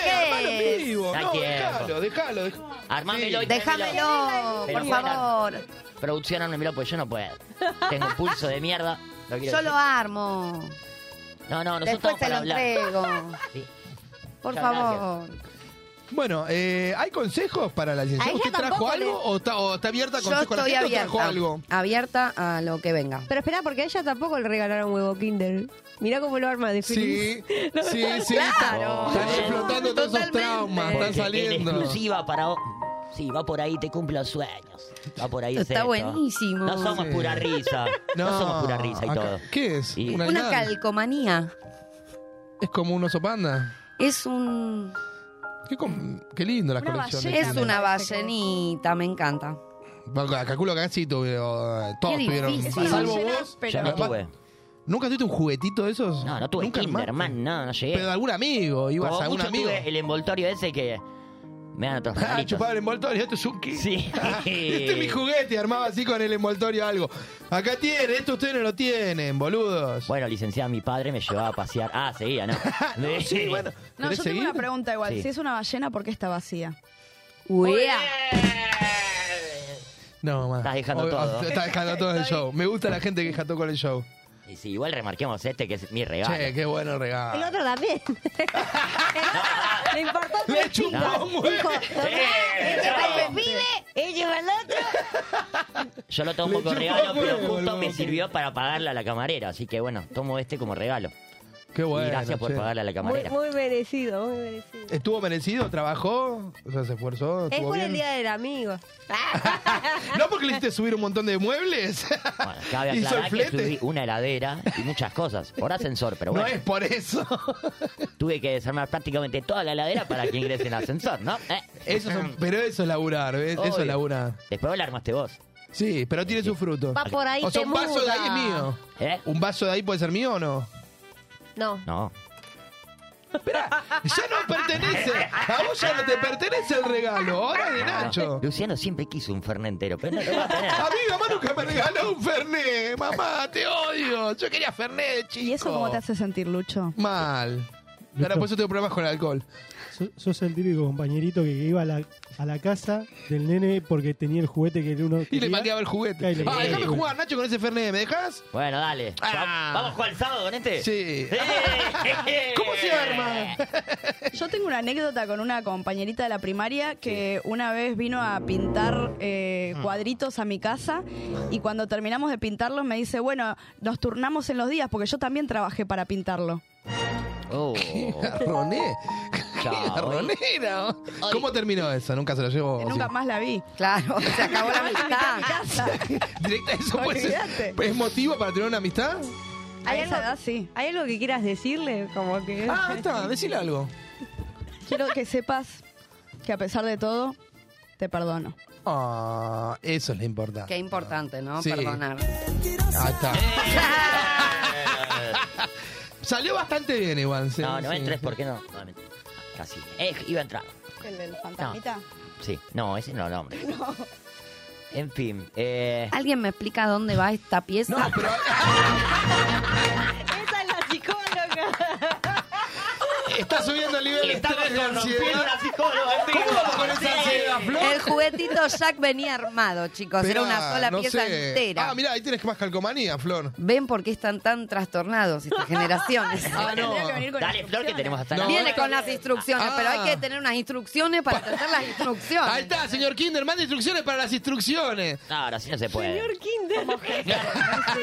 S1: eh, armalo en
S5: ¿Qué?
S1: vivo.
S3: Da
S1: No,
S3: tiempo.
S1: dejalo, dejalo, dejalo.
S3: Armámelo y tráemelo.
S5: Déjamelo,
S3: Pero
S5: por
S3: fuera.
S5: favor.
S3: Producción, armámelo, pues yo no puedo. Tengo un pulso de mierda. No quiero
S5: Yo
S3: decir-
S5: lo armo.
S3: No, no, nosotros
S5: Después
S3: estamos
S5: te
S3: para
S5: lo
S3: hablar.
S5: entrego.
S3: Sí.
S5: Por
S3: Muchas gracias.
S5: favor.
S1: Bueno, eh, ¿hay consejos para la licenciada?
S2: A ella
S1: ¿Usted trajo
S2: tampoco
S1: algo
S2: le-
S1: o, está, o está abierta a
S5: Yo
S1: consejos? ¿La
S5: estoy
S1: gente o trajo
S5: abierta.
S1: algo?
S5: Abierta a lo que venga.
S2: Pero espera, porque a ella tampoco le regalaron huevo Kinder. Mirá cómo lo arma de
S1: Sí,
S2: feliz.
S1: sí, sí.
S5: Claro.
S1: Están explotando todos esos traumas,
S3: Porque
S1: están
S3: En
S1: saliendo.
S3: exclusiva para vos. Sí, va por ahí, te cumplo sueños. Va por ahí. es
S5: Está
S3: esto.
S5: buenísimo.
S3: No somos
S1: Sí.
S3: pura risa. No, somos pura risa y
S1: acá-
S3: todo.
S1: ¿Qué es?
S3: Y-
S1: ¿Un
S5: Una
S1: animal?
S5: calcomanía.
S1: Es como un oso panda.
S5: Es un
S1: Qué, com- qué lindo la
S4: Una
S1: colección. de
S4: ballena.
S5: es
S1: Kinder.
S5: una ballenita, me encanta.
S1: Bueno, calculo que casi tuvieron, eh, todos
S5: Qué
S1: tuvieron.
S5: difícil.
S4: Una
S1: Salvo
S4: ballena,
S1: vos.
S4: pero-
S3: Yo no tuve.
S1: ¿Nunca tuviste un juguetito de esos?
S3: No, no tuve
S1: Nunca
S3: Kinder,
S1: armaste?
S3: man, no, no llegué.
S1: Pero de algún amigo, ibas
S3: Como
S1: a un
S3: mucho
S1: amigo.
S3: tuve el envoltorio ese que me dan otros
S1: Ah,
S3: regalitos.
S1: chupaba el envoltorio, esto es un kit.
S3: Sí.
S1: Este es mi juguete, armaba así con el envoltorio algo. Acá tiene, esto ustedes no lo tienen, boludos.
S3: Bueno, licenciada, mi padre me llevaba a pasear. Ah, seguía, ¿no? sí, bueno.
S4: No, yo
S1: ¿Querés
S4: tengo una
S1: seguir?
S4: pregunta igual.
S3: Sí.
S4: Si es una ballena, ¿por qué está vacía?
S5: Uea.
S1: No, mamá.
S3: Estás dejando todo.
S1: Estás dejando todo en el show. Me gusta la gente que deja todo con el show.
S3: Y si igual remarquemos este, que es mi regalo.
S1: Che, qué bueno el
S2: El
S1: regalo.
S2: otro también. Le importó tres
S1: chupó
S2: pingos.
S1: muy-
S2: Dijo, "Tomá, este
S3: Eh,
S2: ella para el
S1: realmente.
S2: pibe, ella para el otro.
S3: Yo lo tomo
S1: Le
S3: como
S1: chupó
S3: regalo,
S1: muy
S3: pero
S1: huevo,
S3: justo me
S1: boludo.
S3: sirvió para pagarle a la camarera. Así que bueno, tomo este como regalo.
S1: Qué bueno.
S3: y gracias por
S1: che.
S3: pagarle a la
S2: Muy,
S3: camarera.
S2: muy merecido, muy merecido.
S1: ¿Estuvo merecido? ¿Trabajó? O sea, se esforzó.
S2: Es
S1: ¿Estuvo
S2: por
S1: bien?
S2: el día del amigo.
S1: ¿No porque le hiciste subir un montón de muebles?
S3: Bueno, cabe
S1: Hizo el
S3: aclarar que
S1: flete.
S3: subí una heladera y muchas cosas por ascensor, pero
S1: No
S3: bueno,
S1: es por eso.
S3: tuve que desarmar prácticamente toda la heladera para que ingrese el ascensor, ¿no? Eh.
S1: Eso son- pero eso es laburar, ¿ves? Eso
S3: Obvio.
S1: es laburar.
S3: Después vos la armaste vos,
S1: Sí, pero tiene su fruto.
S2: Va por ahí,
S1: O sea,
S2: te
S1: un vaso de
S2: muda.
S1: ahí es mío.
S3: ¿eh?
S1: ¿Un vaso de ahí puede ser mío o no?
S2: No.
S3: No.
S1: Ya no pertenece. A vos ya no te pertenece el regalo. Ahora es de Nacho.
S3: Luciano siempre quiso un fernentero, pero no lo va a tener.
S1: Amiga, mamá nunca me regaló un Fernet. Mamá, te odio. Yo quería Fernet, chico.
S4: ¿Y eso cómo te hace sentir, Lucho?
S1: Mal.
S7: Lucho.
S1: Ahora, por eso tengo problemas con el alcohol.
S7: So- sos el típico compañerito que iba a la, a la casa del nene porque tenía el juguete que
S1: Y
S7: uno
S1: le
S7: quería.
S1: pateaba el juguete.
S7: Ay, le
S1: Ah,
S7: pateaba el
S1: déjame
S7: juguete.
S1: jugar, Nacho, con ese Fernet. ¿Me dejas?
S3: Bueno, dale.
S1: Ah.
S3: Va- ¿Vamos a jugar el sábado con este?
S1: Sí. ¿Cómo se arma?
S4: Yo tengo una anécdota con una compañerita de la primaria que una vez vino a pintar eh,
S1: Mm.
S4: cuadritos a mi casa y cuando terminamos de pintarlos me dice, bueno, nos turnamos en los días porque yo también trabajé para pintarlo.
S3: Oh,
S1: Garroné.
S3: Chao.
S1: Garronera. ¿Cómo terminó eso? Nunca se lo llevó.
S4: Que nunca
S1: Oh, Sí.
S4: más la vi.
S5: Claro, se acabó
S4: Está
S5: la
S4: en mi
S5: amistad.
S4: casa.
S1: Directa, eso puede ser.
S4: Olvídate.
S1: ¿Es motivo para tener una amistad?
S4: A
S2: ¿Hay
S4: esa
S2: algo,
S4: edad sí.
S2: ¿Hay algo que quieras decirle? Como que.
S1: Ah, está, decile algo.
S4: Quiero que sepas que a pesar de todo, te perdono.
S1: Ah, eso es lo importante.
S5: Qué importante, ¿no?
S1: Sí.
S5: Perdonar.
S1: Ahí está.
S3: Eh.
S1: Salió bastante bien igual. sí,
S3: No, no
S1: sí.
S3: entres, ¿por qué no? No, mentira. Casi. Eh, iba a entrar.
S4: ¿El del
S3: fantasmita? Sí. No, ese no, no, hombre. En fin. Eh,
S5: ¿Alguien me explica dónde va esta pieza?
S1: No, pero
S2: Esa es la psicóloga.
S1: está subiendo el nivel de estrés de ansiedad.
S3: psicóloga en
S1: ¿Cómo vamos con esa ansiedad, Flor?
S5: El juguetito Jack venía armado, chicos.
S1: Esperá,
S5: Era una sola
S1: no
S5: pieza
S1: sé.
S5: entera.
S1: Ah, mira, ahí tienes más calcomanía, Flor.
S5: ¿Ven por qué están tan trastornados estas generaciones?
S1: Ah, no.
S4: Tendría que venir con
S3: Dale, Flor, que
S4: instrucciones.
S3: tenemos hasta
S1: No,
S3: la...
S5: Viene
S1: eh.
S5: con las instrucciones,
S1: Ah.
S5: pero hay que tener unas instrucciones para entender las instrucciones.
S1: Ahí está, señor Kinder, manda instrucciones para las instrucciones.
S3: No, ahora sí no se puede.
S2: Señor Kinder.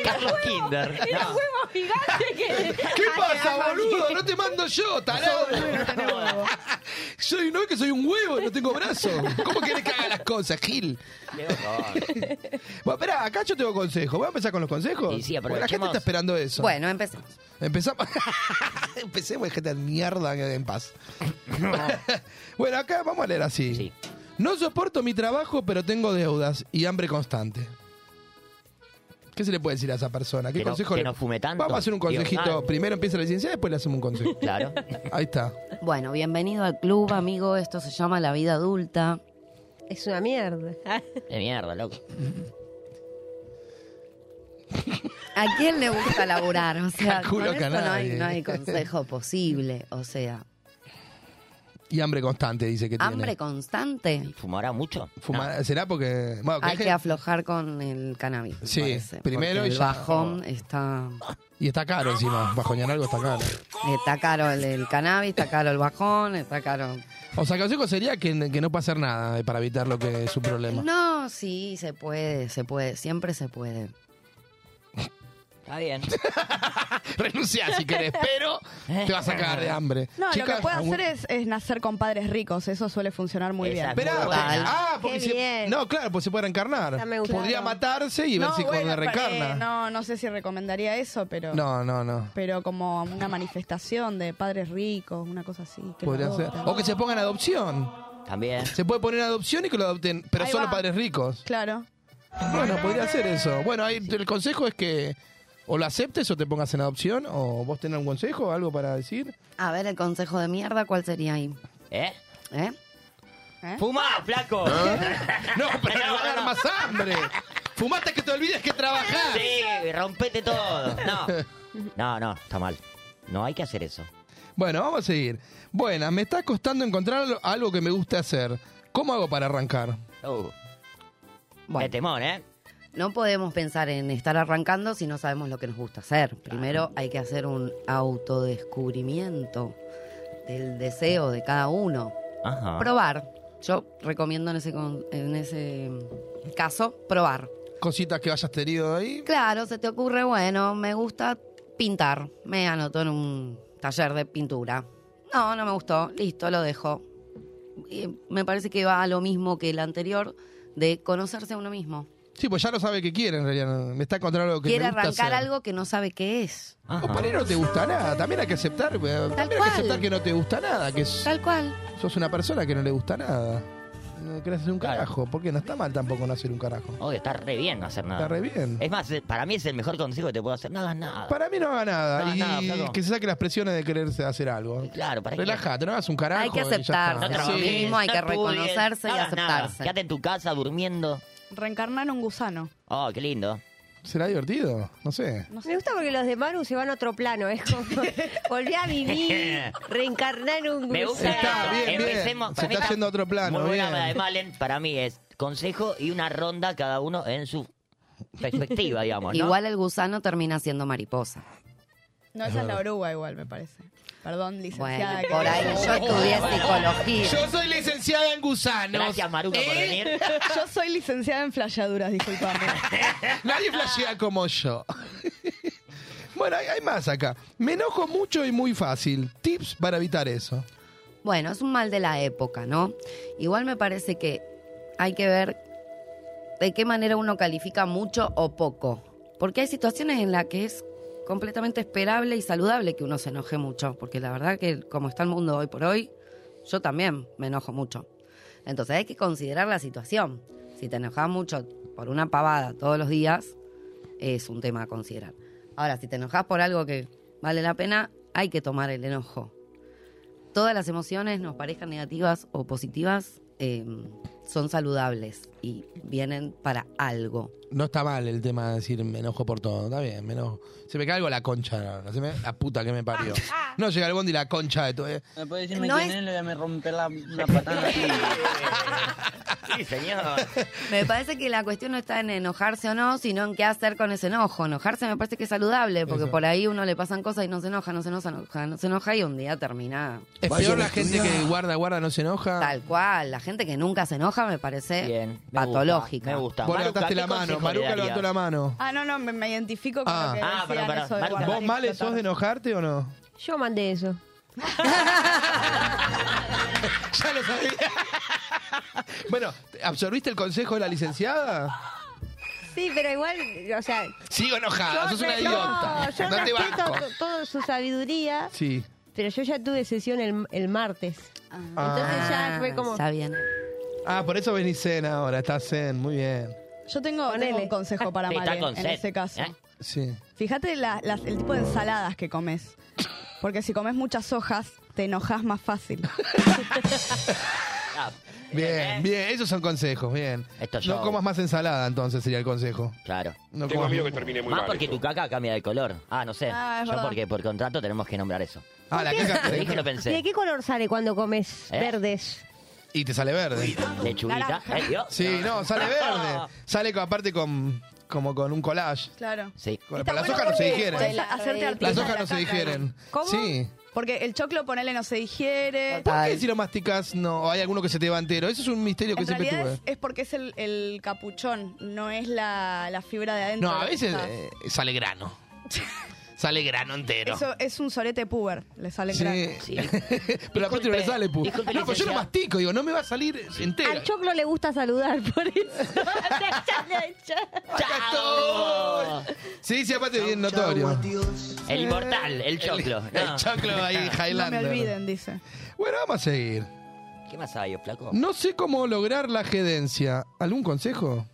S3: Carlos Kinder.
S2: Era un
S3: No.
S2: huevo gigante que.
S1: ¿Qué pasa, boludo? No te mando yo, tarado. Soy, no es que soy un huevo, no tengo brazos. ¿Cómo querés que haga las cosas, Gil?
S3: Qué horror.
S1: Bueno, espera, acá yo tengo consejos. ¿Voy a empezar con los consejos?
S3: Y sí,
S1: Porque la gente
S3: aprovechemos.
S1: está esperando eso.
S5: Bueno, empecemos.
S1: Empezamos. Empecemos, gente de mierda, que en paz. bueno, acá vamos a leer así.
S3: Sí.
S1: No soporto mi trabajo, pero tengo deudas y hambre constante. ¿Qué se le puede decir a esa persona? ¿Qué
S3: Que no-
S1: consejo
S3: que
S1: le-
S3: no fume tanto.
S1: Vamos a hacer un
S3: Digo,
S1: consejito.
S3: ah.
S1: Primero empieza la licencia, después le hacemos un consejo.
S3: Claro.
S1: Ahí está.
S5: Bueno, bienvenido al club, amigo. Esto se llama la vida adulta.
S2: Es una mierda.
S3: De mierda, loco.
S5: ¿A quién le gusta laburar? O sea,
S1: Calculo
S5: con
S1: que a
S5: esto no hay,
S1: nadie.
S5: no hay consejo posible. O sea,
S1: Y hambre constante, dice que
S5: hambre
S1: tiene.
S5: constante.
S3: ¿Fumará mucho?
S1: Fumar- eh, ¿Será porque.? bueno, que
S5: Hay
S1: es que-
S5: que aflojar con el cannabis. me
S1: Sí,
S5: parece,
S1: primero
S5: porque
S1: y
S5: el
S1: ya.
S5: bajón está,
S1: Y está caro encima. Bajoñar algo está caro.
S5: está caro el, el cannabis, está caro el bajón, está caro.
S1: O sea, consejo sería que, que no pueda hacer nada eh, para evitar lo que es su problema.
S5: No, sí, se puede, se puede, siempre se puede.
S3: No. Está bien.
S1: Renunciar si querés, pero te vas a cagar de hambre.
S4: No, lo
S1: Chicas,
S4: que puede
S1: aún-
S4: hacer es, es nacer con padres ricos. Eso suele funcionar muy bien.
S3: Exacto.
S1: Esperá,
S3: Total.
S1: porque- ah, porque
S2: Qué
S1: se-
S2: bien.
S1: No, claro, pues se puede reencarnar.
S2: Ya me gusta.
S1: Podría
S2: Claro.
S1: matarse y ver si
S4: bueno,
S1: cuando
S4: pero, eh,
S1: reencarna.
S4: no, no sé si recomendaría eso, pero.
S1: No, no, no.
S4: Pero como una manifestación de padres ricos, una cosa así. que
S1: Podría
S4: lo
S1: ser.
S4: adoptan.
S1: O que se pongan adopción.
S3: También.
S1: Se puede poner adopción y que lo adopten, pero
S4: Ahí
S1: solo
S4: va.
S1: padres ricos.
S4: Claro.
S1: Bueno, podría ser eso. Bueno, ahí el consejo es que o lo aceptes o te pongas en adopción, o vos tenés un consejo o algo para decir.
S5: A ver, el consejo de mierda, ¿cuál sería ahí?
S3: ¿Eh?
S5: ¿Eh?
S4: ¿Eh?
S3: ¡Fumá, flaco!
S1: No, pero no va a dar más hambre. Fumaste que te olvides que trabajás.
S3: Sí, rompete todo. No. No, no, está mal. No hay que hacer eso.
S1: Bueno, vamos a seguir. Bueno, me está costando encontrar lo- algo que me guste hacer. ¿Cómo hago para arrancar?
S3: Uh,
S5: Bueno,
S3: Qué temón, ¿eh?
S5: no podemos pensar en estar arrancando si no sabemos lo que nos gusta hacer. Primero hay que hacer un autodescubrimiento del deseo de cada uno.
S3: Ajá.
S5: Probar. Yo recomiendo en ese, con- en ese caso probar.
S1: Cositas que hayas tenido ahí.
S5: Claro, se te ocurre, bueno, me gusta pintar. Me anoto en un taller de pintura. No, no me gustó. Listo, lo dejo. Y me parece que va a lo mismo que el anterior de conocerse a uno mismo.
S1: Sí, pues ya lo sabe que quiere en realidad. no- Me está encontrando algo que
S5: Quiere
S1: le gusta
S5: arrancar
S1: hacer.
S5: algo que no sabe qué es.
S1: O por ahí no te gusta nada. También hay que aceptar. güey. También hay
S5: cual.
S1: que aceptar que no te gusta nada. Que s-
S5: Tal cual.
S1: sos una persona que no le gusta nada. No querés hacer un
S3: Claro.
S1: carajo. Porque no está mal tampoco no hacer un carajo.
S3: Obvio, está re bien no hacer nada.
S1: Está re bien.
S3: Es más, eh, para mí es el mejor consejo que te puedo hacer. No hagas nada.
S1: Para mí no haga nada.
S3: No,
S1: y
S3: nada, flaco.
S1: que se saque las presiones de quererse hacer algo.
S3: Claro, ¿para qué?
S1: Relajate, no hagas un carajo.
S5: Hay que
S1: y ya
S5: aceptar.
S1: está.
S5: No
S3: trabajes,
S5: Sí. mismo hay que
S3: estudies,
S5: reconocerse y
S3: no hagas nada.
S5: aceptarse.
S3: Quédate en tu casa durmiendo.
S4: Reencarnar un gusano.
S3: Oh, qué lindo.
S1: ¿Será divertido? No sé.
S2: Me gusta porque los de Maru se van a otro plano, es como volver a vivir, reencarnar en un
S3: Me gusta.
S2: gusano.
S1: Está bien, bien.
S3: Empecemos-
S1: Se
S3: para mí
S1: está yendo a otro plano,
S3: Muy buena
S1: bien.
S3: la de Malen. Para mí es consejo y una ronda cada uno en su perspectiva, digamos. ¿no?
S5: Igual el gusano termina siendo mariposa.
S4: No, esa es la oruga igual, me parece. Perdón, licenciada.
S5: Bueno,
S4: que-
S5: por ahí yo estudié psicología.
S1: soy licenciada en gusanos.
S3: Gracias, Maruca, por venir.
S4: Yo soy licenciada en flayaduras, disculpame.
S1: Nadie flashea como yo. bueno, hay, hay más acá. Me enojo mucho y muy fácil. Tips para evitar eso.
S5: Bueno, es un mal de la época, ¿no? Igual me parece que hay que ver de qué manera uno califica mucho o poco. Porque hay situaciones en las que es completamente esperable y saludable que uno se enoje mucho. Porque la verdad que como está el mundo hoy por hoy, yo también me enojo mucho. Entonces hay que considerar la situación. Si te enojas mucho por una pavada todos los días, es un tema a considerar. Ahora, si te enojas por algo que vale la pena, hay que tomar el enojo todas las emociones, nos parezcan negativas o positivas, eh, son saludables y vienen para algo.
S1: No está mal el tema de decir me enojo por todo. Está bien, me enojo. Se me cae algo la concha. no, se me- la puta que me parió. No llega el bondi y la concha de todo. eh.
S6: ¿Me puede decirme
S5: No
S6: quién
S5: es-
S6: es? Le voy a me romper la, la patada.
S3: Sí, señor.
S5: Me parece que la cuestión no está en enojarse o no, sino en qué hacer con ese enojo. Enojarse me parece que es saludable, porque
S1: Eso.
S5: por ahí uno le pasan cosas y no se enoja, no se enoja, no se enoja, no se enoja y un día termina
S1: Es peor la gente que guarda, guarda, no se enoja.
S5: tal cual. La gente que nunca se enoja me parece
S3: Bien. me gusta,
S5: Eh, patológica.
S3: Me gusta.
S1: Vos
S3: Maruca,
S1: levantaste
S3: ¿qué
S1: la mano.
S3: consejo le
S1: Maruca
S3: darías?
S1: levantó la mano.
S4: Ah, no, no, me, me identifico con
S1: Ah.
S4: lo que
S3: Ah, pero,
S4: decían
S3: pero,
S4: eso de
S3: Maru,
S4: guardar
S1: ¿Vos,
S4: y
S1: Male, sos
S4: explotar.
S1: de enojarte o no?
S2: Yo mandé eso.
S1: Ya lo sabía. bueno, ¿absorbiste el consejo de la licenciada?
S2: Sí, pero igual, o sea,
S1: Sigo enojada, Ah, sos una
S2: no,
S1: idiota.
S2: yo
S1: No te
S2: respeto
S1: banco.
S2: to- toda su sabiduría,
S1: Sí.
S2: pero yo ya tuve sesión el, el martes.
S1: Ah,
S2: Entonces ya fue como,
S5: Está bien.
S1: Ah, por eso venís zen ahora, estás zen, muy bien.
S4: Yo tengo,
S2: Ponele.
S4: tengo un consejo para
S3: Sí, Ah, está
S4: Male
S3: con
S4: en
S3: sed,
S4: ese caso.
S3: ¿eh?
S1: Sí.
S4: Fíjate la- las- el tipo de ensaladas que comes. Porque si comes muchas hojas, te enojas más fácil.
S3: Ah, ¿eh?
S1: Bien, bien, esos son consejos, bien.
S3: Esto es
S1: no
S3: show.
S1: comas más ensalada entonces sería el consejo.
S3: Claro.
S1: No
S8: Tengo
S1: comas
S8: miedo que termine muy
S3: Más
S8: mal.
S3: porque
S8: esto.
S3: tu caca cambia de color. Ah, no sé.
S4: Ah, es
S3: Yo
S4: verdad.
S3: porque por contrato tenemos que nombrar eso.
S1: Ah, la caca
S3: Lo dije, lo
S1: te-
S2: ¿de
S3: pensé.
S2: qué color sale cuando comes
S3: ¿Eh?
S2: verdes?
S1: y te sale verde.
S3: Lechuguita.
S4: Naranja.
S3: Eh, Dios.
S1: Sí, no, sale verde. Sale con- aparte con como con un collage.
S4: claro.
S3: Sí.
S1: Con-
S4: Está
S1: pero las
S4: bueno
S1: hojas no se
S4: porque
S1: digieren.
S4: podés hacerte artista
S1: Las
S4: de
S1: hojas
S4: la
S1: no se
S4: caca,
S1: digieren.
S4: igual. ¿Cómo?
S1: Sí.
S4: Porque el choclo, ponele, no se digiere.
S1: ¿Por qué si lo masticas no o hay alguno que se te va entero? Eso es un misterio que
S4: En
S1: siempre
S4: realidad
S1: tuve.
S4: es, es porque es el, el capuchón, no es la, la fibra de adentro.
S1: No, a
S4: lo que
S1: veces
S4: está.
S1: eh, sale grano. sale grano entero.
S4: Eso es un sorete puber, le sale
S1: Sí.
S4: grano.
S3: Sí.
S1: Pero aparte no le
S3: Disculpe,
S1: sale, pu.
S3: disculpe,
S1: No, pues yo lo
S3: licenciado.
S1: mastico, digo, no me va a salir entero.
S2: Al choclo le gusta saludar, por eso. Ya, ya, ya.
S3: ¡Chao!
S1: Sí, sí, aparte bien notorio.
S3: El inmortal, el choclo.
S1: El,
S3: Ah. No.
S1: el choclo ahí,
S4: No me
S1: Highlander.
S4: olviden, dice.
S1: Bueno, vamos a seguir.
S3: ¿Qué más hay, flaco?
S1: No sé cómo lograr la gerencia. ¿Algún consejo?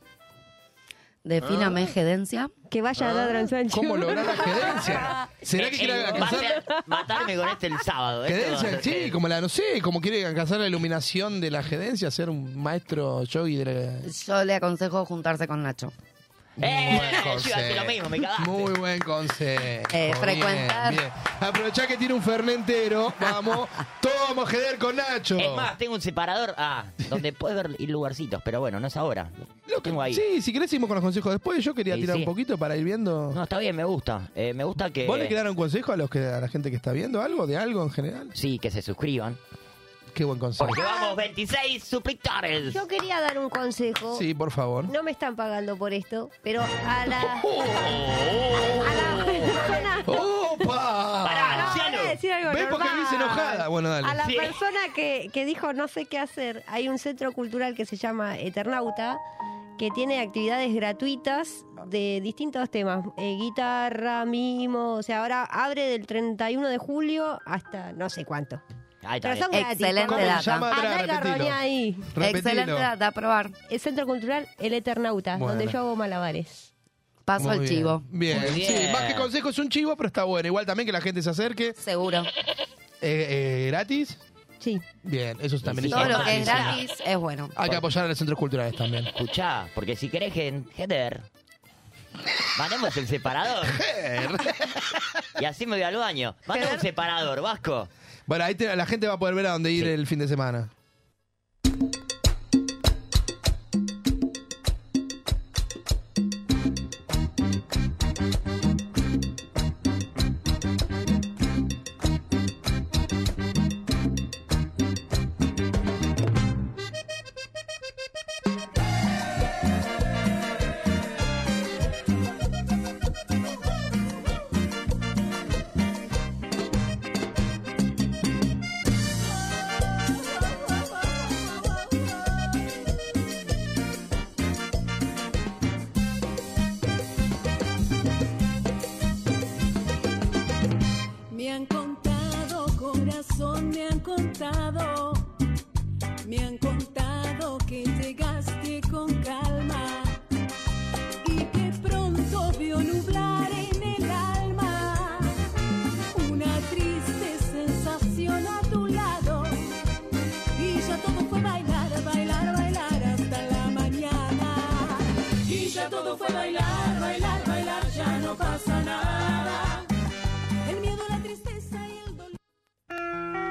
S5: Defíname gerencia.
S2: que vaya a ladrón Sánchez.
S1: ¿Cómo lograr la gerencia? ¿Será que
S3: Eh,
S1: quiere
S3: eh,
S1: alcanzar
S3: mate- Matarme con este el sábado. ¿eh?
S1: gerencia? Sí, como la, no sé, como quiere alcanzar la iluminación de la gerencia, ser un maestro yogi de la...
S5: Yo le aconsejo juntarse con Nacho.
S3: ¡Eh!
S1: buen
S3: Yo iba a decir lo mismo, me cagaste.
S1: Muy buen consejo.
S5: Eh, frecuentar.
S1: Bien, bien. Aprovechá que tiene un fernentero. Vamos. Todos vamos a jeder con Nacho.
S3: Es más, tengo un separador ah, donde puedes ver y lugarcitos, pero bueno, no es ahora. Lo tengo ahí.
S1: Sí, si querés seguimos con los consejos después. Yo quería
S3: Sí,
S1: tirar
S3: sí.
S1: un poquito para ir viendo.
S3: No, está bien, me gusta. Eh, me gusta que.
S1: ¿Vos le quedaron consejo a los que a la gente que está viendo algo de algo en general?
S3: Sí, que se suscriban.
S1: Qué buen consejo.
S3: Porque vamos, 26 suscriptores.
S2: Yo quería dar un consejo.
S1: Sí, por favor.
S2: No me están pagando por esto, pero a la. A la persona.
S1: ¡Opa!
S3: Pará,
S2: No,
S3: Luciano.
S2: voy a decir algo
S1: ¿Ves por qué me hice
S2: normal.
S1: enojada? Bueno, dale.
S2: A la
S3: Sí.
S2: persona que, que dijo no sé qué hacer, hay un centro cultural que se llama Eternauta que tiene actividades gratuitas de distintos temas, eh, guitarra, mimo, o sea, ahora abre del 31 de julio hasta no sé cuánto.
S3: Ahí está
S2: Pero
S3: bien. Eh,
S2: son gratis.
S5: Excelente
S1: ¿Cómo se
S5: data.
S1: llama?
S2: Andá y
S1: Pará, repetilo.
S2: garroñá ahí.
S5: Excelente
S1: Repetilo.
S5: data, a probar.
S2: El centro cultural El Eternauta,
S1: Bueno.
S2: donde yo hago malabares.
S5: Paso
S1: Muy
S5: el
S1: bien.
S5: chivo.
S1: Bien,
S3: Muy bien.
S1: sí, más que consejo es un chivo, pero está bueno. Igual también que la gente se acerque.
S5: Seguro.
S1: Eh, eh, gratis.
S2: Sí.
S1: Bien, eso también
S3: Sí,
S1: es
S5: Todo lo que es
S3: Marisa.
S5: gratis es bueno.
S1: Hay que apoyar a los centros culturales también.
S3: Escuchá, porque si querés gen- header, mandemos el separador. y así me voy al baño. Manda un separador, Vasco.
S1: Bueno, ahí te- la gente va a poder ver a dónde ir
S3: Sí.
S1: el fin de semana.
S4: Me han contado, corazón, me han contado. Me han contado que llegaste con calma y que pronto vio nublar en el alma una triste sensación a tu lado. Y ya todo fue bailar, bailar, bailar hasta la mañana. Y ya todo fue bailar, bailar, bailar, ya no pasa nada. El miedo, la tristeza y el dolor.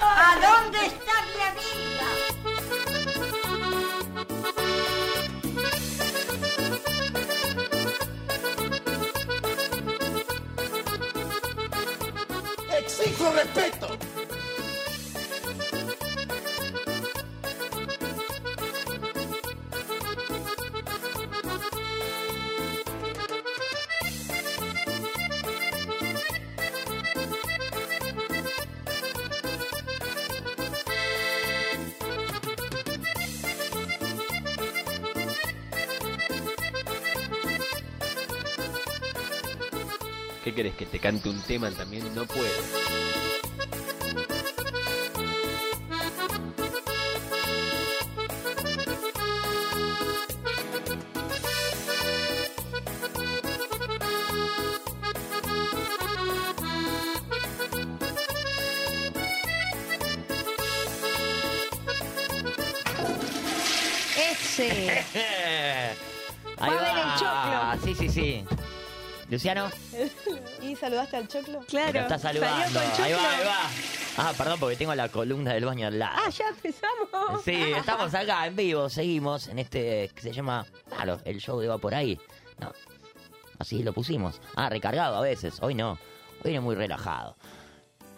S9: ¿A dónde está mi amiga?
S10: ¿Qué querés que te cante un tema también? No puedo.
S2: Ese.
S3: Ahí
S4: Va a haber el
S3: va. Sí, sí, sí. Luciano,
S4: ¿Y saludaste al choclo?
S3: te
S4: Claro.
S3: lo está saludando. Ahí va, ahí va. Ah, perdón, porque tengo la columna del baño al lado.
S4: Ah, ya empezamos.
S3: Sí, estamos acá en vivo, seguimos en este que se llama, claro, el show de va por ahí. No, así lo pusimos. Ah, recargado a veces, hoy no. Hoy es muy relajado.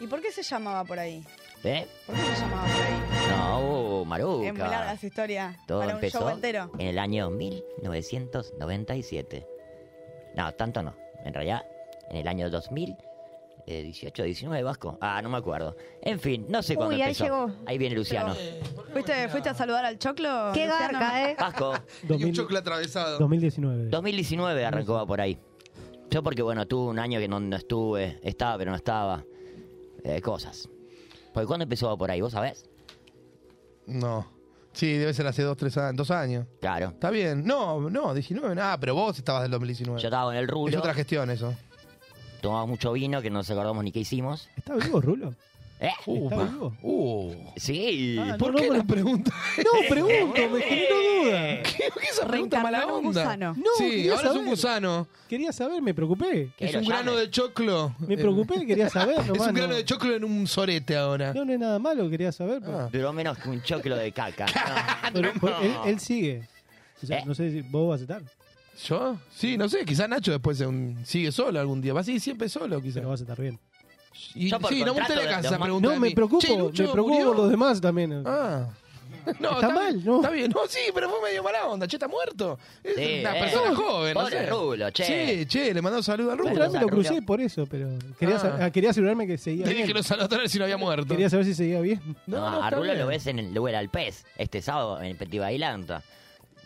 S4: ¿Y por qué se llamaba por ahí?
S3: ¿Eh?
S4: ¿Por qué se llamaba por ahí?
S3: No, uh,
S4: Es muy larga
S3: Maruca.
S4: esa historia.
S3: Todo
S4: para un
S3: empezó
S4: show entero.
S3: en el año 1997. No, tanto no. En realidad, en el año 2000, eh, 18, 19, Vasco. Ah, no me acuerdo. En fin, no sé
S4: Uy,
S3: cuándo
S4: ahí
S3: empezó.
S4: llegó.
S3: Ahí viene Luciano.
S4: ¿Fuiste, ¿Fuiste a saludar al choclo?
S2: Qué
S4: Luciano?
S2: garca, ¿eh?
S3: Vasco.
S1: Y un choclo atravesado.
S7: 2019.
S3: 2019 arrancó va por ahí. Yo porque, bueno, tuve un año que no, no estuve. Estaba, pero no estaba. Eh, cosas. Porque ¿cuándo empezó va por ahí? ¿Vos sabés?
S1: No. Sí, debe ser hace dos, tres años. Dos años.
S3: Claro.
S1: Está bien. No, no, 19. Ah, pero vos estabas del 2019.
S3: Yo estaba en el rulo.
S1: Es otra gestión eso.
S3: Tomamos mucho vino que no nos acordamos ni qué hicimos.
S7: ¿Está vivo, Rulo?
S3: ¿Eh?
S7: ¿Está Uh, vivo?
S3: Sí.
S7: Ah,
S3: ¿Por
S7: no,
S3: qué
S7: no me lo pregunto. No, pregunto, me generó duda.
S1: ¿Qué, qué esa pregunta mala
S7: Reencarnó en un
S1: onda?
S7: gusano.
S1: No,
S7: No,
S1: sí,
S7: quería
S1: ahora es un
S7: saber.
S1: gusano.
S7: Quería saber, me preocupé.
S1: Es un grano de choclo. Eh,
S7: Me preocupé, quería saber
S1: Es
S7: nomás,
S1: un grano
S7: no.
S1: de choclo en un sorete ahora.
S7: No, no es nada malo, quería saber. pero-
S3: Duró menos que un choclo de caca. No.
S7: pero- pero él, él sigue. O
S1: Eh.
S7: sea, No sé si vos vas a estar.
S1: ¿Yo? Sí, no sé, quizás Nacho después se un- sigue solo algún día. Va así siempre solo, quizás. Pero
S7: vas a estar bien.
S1: Y,
S7: Yo por
S1: sí, no me
S7: contrato
S1: gustaría que
S7: de-
S1: hagas esa
S7: de-
S1: pregunta.
S7: No,
S1: de
S7: me
S1: mí.
S7: preocupo,
S1: Che,
S7: me
S1: Lucho,
S7: preocupo
S1: murió.
S7: por los demás también.
S1: Ah. No,
S7: Está mal, ¿no?
S1: Está bien, no, sí, pero fue medio mala onda. Che, está muerto. Es
S3: Sí,
S1: una
S3: eh.
S1: persona joven, no
S3: Pobre
S1: sé.
S3: Rulo, che.
S1: Sí, che, le mandó un saludo al Rulo.
S7: Otra vez me lo crucé por eso, pero quería, sa-
S1: Ah.
S7: ah, quería asegurarme que seguía
S1: Te dije
S7: bien.
S1: que lo saludó a ver si no había muerto.
S7: Quería saber si seguía bien.
S3: No,
S1: no,
S3: a
S1: está
S3: Rulo
S1: bien.
S3: lo ves en el duelo al pez, este sábado en Petibailanta.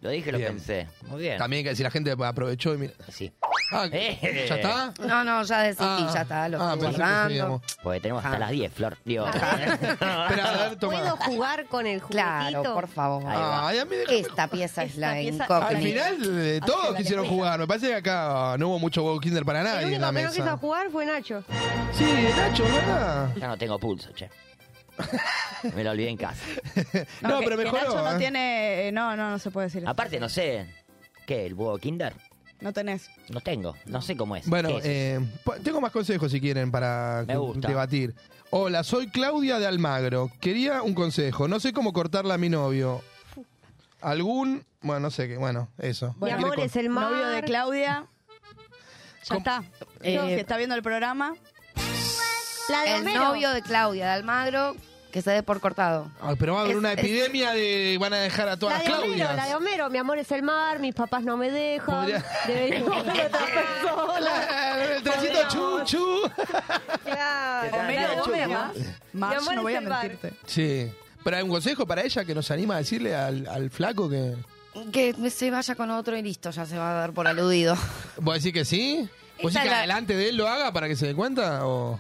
S3: Lo dije, lo
S1: Bien.
S3: pensé. Muy bien.
S1: También que si la gente aprovechó y mira.
S3: Sí.
S1: Ah,
S3: Eh.
S1: ¿ya está?
S5: No, no, ya decidí, ya está. Lo
S1: Ah,
S5: estoy
S1: pensé que
S5: guardando.
S1: seguíamos.
S3: Porque tenemos hasta las 10, Flor. Digo,
S2: ¿Puedo jugar con el juguetito?
S5: Claro, por favor.
S3: Ahí va. Ay,
S5: Esta pieza es la
S2: pieza-
S5: incógnita.
S1: Al final eh, todos quisieron jugar. Me parece que acá no hubo mucho Go Kinder para
S2: El
S1: nadie en
S2: único
S1: la
S2: que no quiso
S1: mesa.
S2: jugar fue Nacho.
S1: Sí, Nacho, es ¿verdad?
S3: Ya no tengo pulso, che. Me lo olvidé en casa.
S4: No,
S1: No,
S4: que-
S1: pero
S4: que
S1: mejoró,
S4: Nacho
S1: ¿eh?
S4: no tiene. eh, no, no, no se puede decir. eso.
S3: Aparte, no sé. ¿Qué? ¿El búho Kinder?
S4: No tenés.
S3: No tengo. No sé cómo es.
S1: Bueno,
S3: ¿Qué es?
S1: eh, po- tengo más consejos si quieren para
S3: Me gusta.
S1: debatir. Hola, soy Claudia de Almagro. Quería un consejo. No sé cómo cortarla a mi novio. ¿Algún? Bueno, no sé qué. Bueno, eso.
S2: Mi amor es el mar.
S4: Novio de Claudia. Ya está. Eh,
S5: Eh,
S4: que está viendo el programa.
S5: el novio de Claudia de Almagro que se dé por cortado.
S1: Ah, pero va a haber
S5: Es-
S1: una
S5: es-
S1: epidemia de. Van a dejar a
S2: La
S1: todas las
S2: de Homero,
S1: Claudias.
S2: la de Homero, mi amor es el mar, mis papás no me dejan.
S1: Podría-
S2: Debería buscar otra persona.
S1: El trencito chu, chu.
S2: Claro.
S4: Homero,
S2: Ah, La de
S4: Chu,
S2: Homero.
S4: ¿no? Mar,
S2: Mi amor
S4: no
S2: es
S4: voy a
S2: el bar.
S4: mentirte.
S1: Sí. ¿Pero hay un consejo para ella que nos anima a decirle al, al flaco que.
S5: Que se vaya con otro y listo, ya se va a dar por aludido.
S1: ¿Vos decís que sí? ¿Vos
S5: Esta
S1: decís que
S5: la-
S1: adelante de él lo haga para que se dé cuenta? ¿O.?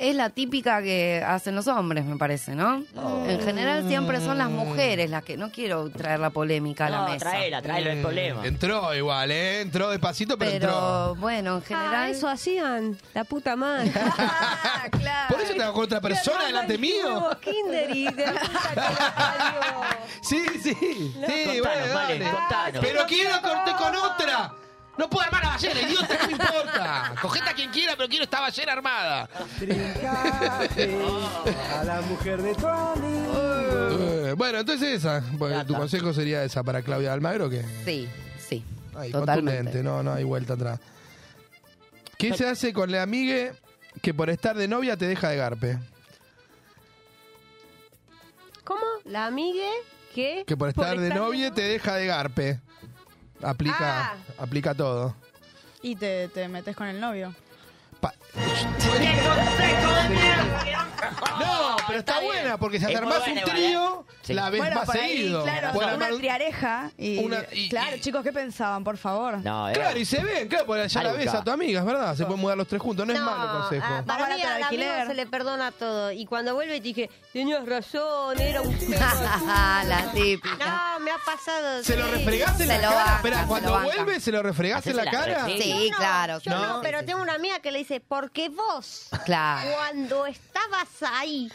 S5: Es la típica que hacen los hombres, me parece, ¿no? En general siempre son las mujeres las que... No quiero traer la polémica a la
S3: No,
S5: mesa.
S3: traela, traela,
S1: Eh,
S3: el problema.
S1: Entró igual, ¿eh? Entró despacito, pero, entró.
S5: Pero bueno, en general...
S2: Ah, eso hacían, la puta madre.
S5: Ah,
S1: ¿Por eso te bajó otra persona delante mío?
S2: Kinder y de la puta que la parió.
S1: Sí, sí. Sí,
S3: Contanos,
S1: bueno,
S3: vale,
S1: dale.
S3: contanos.
S1: Pero quiero cortar con otra. No puedo armar a ballena, idiota, no me importa. Cogete a quien quiera, pero quiero esta ballena armada.
S11: a la mujer de tu amigo.
S1: Eh, bueno, entonces esa. Bueno, tu consejo sería esa para Claudia Almagro, que
S5: Sí, sí.
S1: Ay,
S5: totalmente.
S1: contundente, no, no hay vuelta atrás. ¿Qué se hace con la amiga que por estar de novia te deja de garpe?
S2: ¿Cómo? La amigue que...
S1: Que por estar de novia te deja de garpe. Aplica,
S4: Ah.
S1: aplica todo.
S4: Y te, te metes con el novio.
S1: No, pero está, buena, porque si te
S3: Es muy
S1: armás
S3: buena
S1: un
S3: igual,
S1: trío,
S3: ¿eh? Sí.
S1: la ves
S4: bueno,
S1: más
S4: por ahí,
S1: seguido.
S4: claro,
S1: Podés
S4: una
S1: armar un-
S4: triareja. Y,
S1: Una- y-
S4: claro, chicos, ¿qué pensaban? Por favor.
S3: No, eh.
S1: Claro, y se ven, claro, porque ya la
S3: Algo
S1: ves
S3: está.
S1: a tu amiga, es verdad. Se pueden mudar los tres juntos, no, es malo consejo.
S2: ah,
S4: Más
S2: para
S4: barato
S2: mí
S4: el
S2: al amigo
S4: alquiler.
S2: se le perdona todo. Y cuando vuelve te dije, tenías razón, era un pedo.
S5: la típica.
S2: No, me ha pasado.
S1: ¿Se lo
S2: sí.
S1: refregás en
S5: Se
S1: la
S5: lo
S1: cara?
S5: banca,
S1: Esperá,
S5: se lo
S1: cuando
S5: banca.
S1: vuelve, ¿se lo refregás en la
S3: Hacésela,
S1: cara?
S3: sí.
S5: Sí, claro.
S2: Yo no,
S1: No.
S2: pero tengo una amiga que le dice, porque vos,
S5: Claro.
S2: cuando estabas ahí,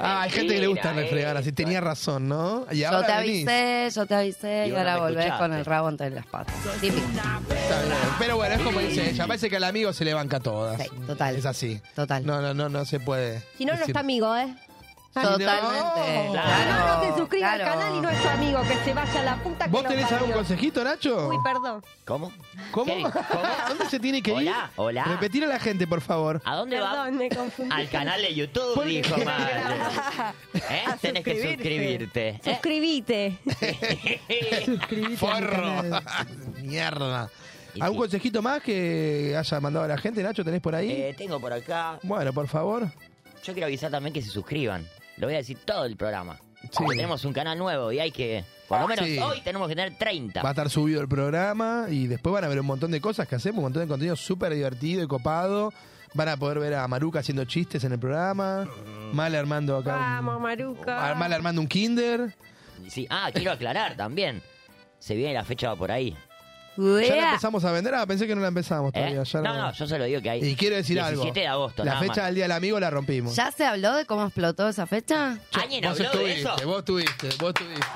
S1: Ah, hay gente que le gusta
S2: eh.
S1: refregar
S3: eh.
S1: así. Tenía razón, ¿no? Y
S5: Yo
S1: ahora
S5: te
S1: venís.
S5: avisé, yo te avisé y,
S1: Y vos no
S5: ahora
S1: me
S5: volvés
S1: escuchaste.
S5: con el rabo entre las patas. Típico.
S1: Está bien. Pero bueno, es como dice ella. Parece que al amigo se le banca todas. total. Es así. Total. No, no, no, no se puede.
S2: Si no, no
S1: decir-
S2: está amigo, ¿eh?
S5: Totalmente.
S2: No.
S1: Claro.
S2: No, no se suscribe
S5: Claro.
S2: al canal y no es tu amigo, que se vaya a la puta que
S1: ¿Vos
S2: lo
S1: tenés
S2: parió.
S1: algún consejito, Nacho?
S2: Uy, perdón.
S3: ¿Cómo?
S1: ¿Cómo? ¿Dónde se tiene que ir?
S3: Hola, hola.
S1: Repetir a la gente, por favor.
S3: ¿A dónde va?
S2: Perdón, me confundí.
S3: Al canal de YouTube,
S2: Porque-
S3: dijo madre. ¿Eh? Tenés que suscribirte.
S2: Suscribite.
S1: Forro. Mierda. ¿Algún consejito más que haya mandado a la gente, Nacho? ¿Tenés por ahí?
S3: Eh, tengo por acá.
S1: Bueno, por favor.
S3: Yo quiero avisar también que se suscriban. Lo voy a decir todo el programa. Porque tenemos un canal nuevo y hay que. Por lo menos
S1: Ah, Sí.
S3: hoy tenemos que tener 30.
S1: Va a estar subido el programa y después van a ver un montón de cosas que hacemos, un montón de contenido súper divertido y copado. Van a poder ver a Maruca haciendo chistes en el programa. Mal armando acá. un-
S2: Vamos, Maruca.
S1: mal armando un kinder.
S3: Sí. Ah, quiero aclarar también. Se viene la fecha por ahí.
S1: ¿Ya la empezamos a vender? Ah, pensé que no la empezamos
S3: ¿Eh?
S1: todavía. ya
S3: No, no, yo se lo digo que hay.
S1: Y quiero decir algo.
S3: 17 de agosto,
S1: La
S3: nada
S1: fecha
S3: más.
S1: del Día del Amigo la rompimos.
S5: ¿Ya se habló de cómo explotó esa fecha?
S3: ¿Alguien
S1: Vos
S3: habló de
S1: estuviste,
S3: eso?
S1: vos estuviste, vos estuviste.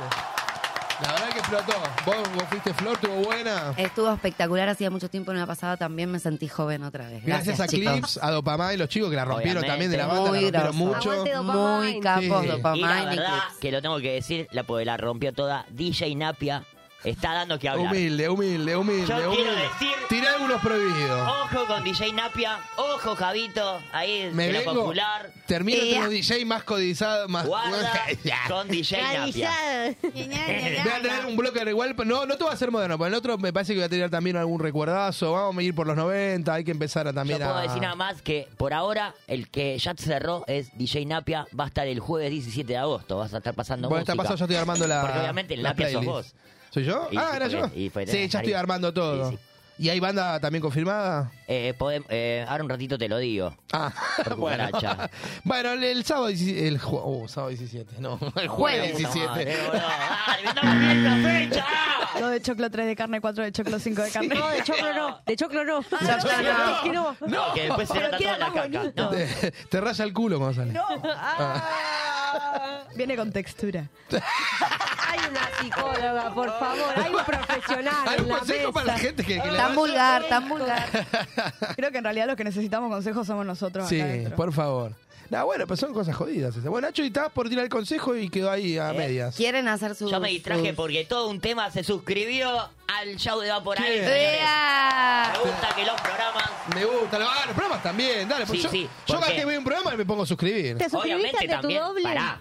S1: La verdad que explotó. Vos, vos fuiste flor, estuvo buena.
S5: Estuvo espectacular, hacía mucho tiempo no la pasaba también, me sentí joven otra vez.
S1: Gracias,
S5: Gracias,
S1: a
S5: chicos.
S1: Clips, a Dopamine, los chicos que la rompieron
S3: Obviamente.
S1: también de la banda, la rompieron mucho.
S5: Muy capos,
S3: Sí.
S5: Dopamine
S3: Y la
S5: y
S3: verdad
S5: Clips.
S3: que lo tengo que decir, la, pues, la rompió toda DJ Napia. Está dando que hablar.
S1: Humilde, humilde, humilde,
S3: Yo
S1: humilde.
S3: quiero decir-
S1: Tirá algunos prohibidos.
S3: Ojo con DJ Napia, ojo Javito, ahí
S1: Me
S3: de lo
S1: vengo, Ah,
S3: popular.
S1: termino
S3: Eh,
S1: como DJ más codizado, más...
S3: Guarda con DJ Napia.
S1: Voy a traer un bloque igual, pero no, no te va a ser moderno, pero el otro me parece que voy a tirar también algún recuerdazo, vamos a ir por los 90, hay que empezar a
S3: Yo
S1: también a...
S3: puedo decir nada más que por ahora el que ya cerró es DJ Napia, va a estar el jueves 17 de agosto, vas a estar pasando
S1: Bueno,
S3: música.
S1: está pasado, yo estoy armando la.
S3: Porque obviamente el
S1: la
S3: Napia sos
S1: playlist.
S3: vos.
S1: ¿Soy yo?
S3: Y
S1: ah,
S3: sí,
S1: era yo.
S3: porque- y fue-
S1: sí, ya estoy
S3: María.
S1: armando todo.
S3: Sí,
S1: ¿Y hay banda también confirmada?
S3: Eh, podem- eh, ahora un ratito te lo digo.
S1: Ah,
S3: Por
S1: bueno.
S3: cucaracha.
S1: Bueno, el, el sábado 17. El, ju- oh, sábado 17. No, el jueves
S3: Jueves.
S1: 17.
S3: Ah,
S4: Dos de choclo, tres de carne, cuatro de choclo, cinco de carne.
S2: No, de choclo no. De choclo no.
S4: Ya está,
S2: no.
S4: no.
S2: que no.
S1: No.
S3: Que después se
S4: Pero
S3: nota
S4: queda
S3: toda la
S4: más
S3: caca.
S4: bonito.
S1: Te, te raya el culo cuando sale.
S4: No.
S1: Ah.
S4: Viene con textura.
S2: Hay una psicóloga, por favor. Hay un profesional.
S1: Hay
S2: en
S1: un
S2: la
S1: consejo
S2: mesa.
S1: para la gente que, que le
S5: Tan
S1: vaya-
S5: vulgar, tan vulgar.
S4: Creo que en realidad los que necesitamos consejos somos nosotros.
S1: Sí,
S4: acá adentro.
S1: por favor. No, bueno, pues son cosas jodidas. esas. Bueno, Nacho, y estabas por tirar el consejo y quedó ahí
S3: Eh,
S1: a medias.
S5: Quieren hacer su.
S3: Yo me distraje
S5: sus-
S3: porque todo un tema se suscribió al show de Va por ahí.
S1: ¿Quién?
S3: señores.
S5: ¡Ea!
S3: Me gusta que los programas.
S1: Me gusta. lo- Ah, los programas también. Dale, pues
S3: Sí,
S1: yo,
S3: sí,
S1: yo
S3: ¿por
S1: cada
S3: qué?
S1: que veo un programa me pongo a suscribir.
S2: ¿Te suscribiste
S3: Obviamente
S2: al de tu
S3: también.
S2: doble?
S3: Pará.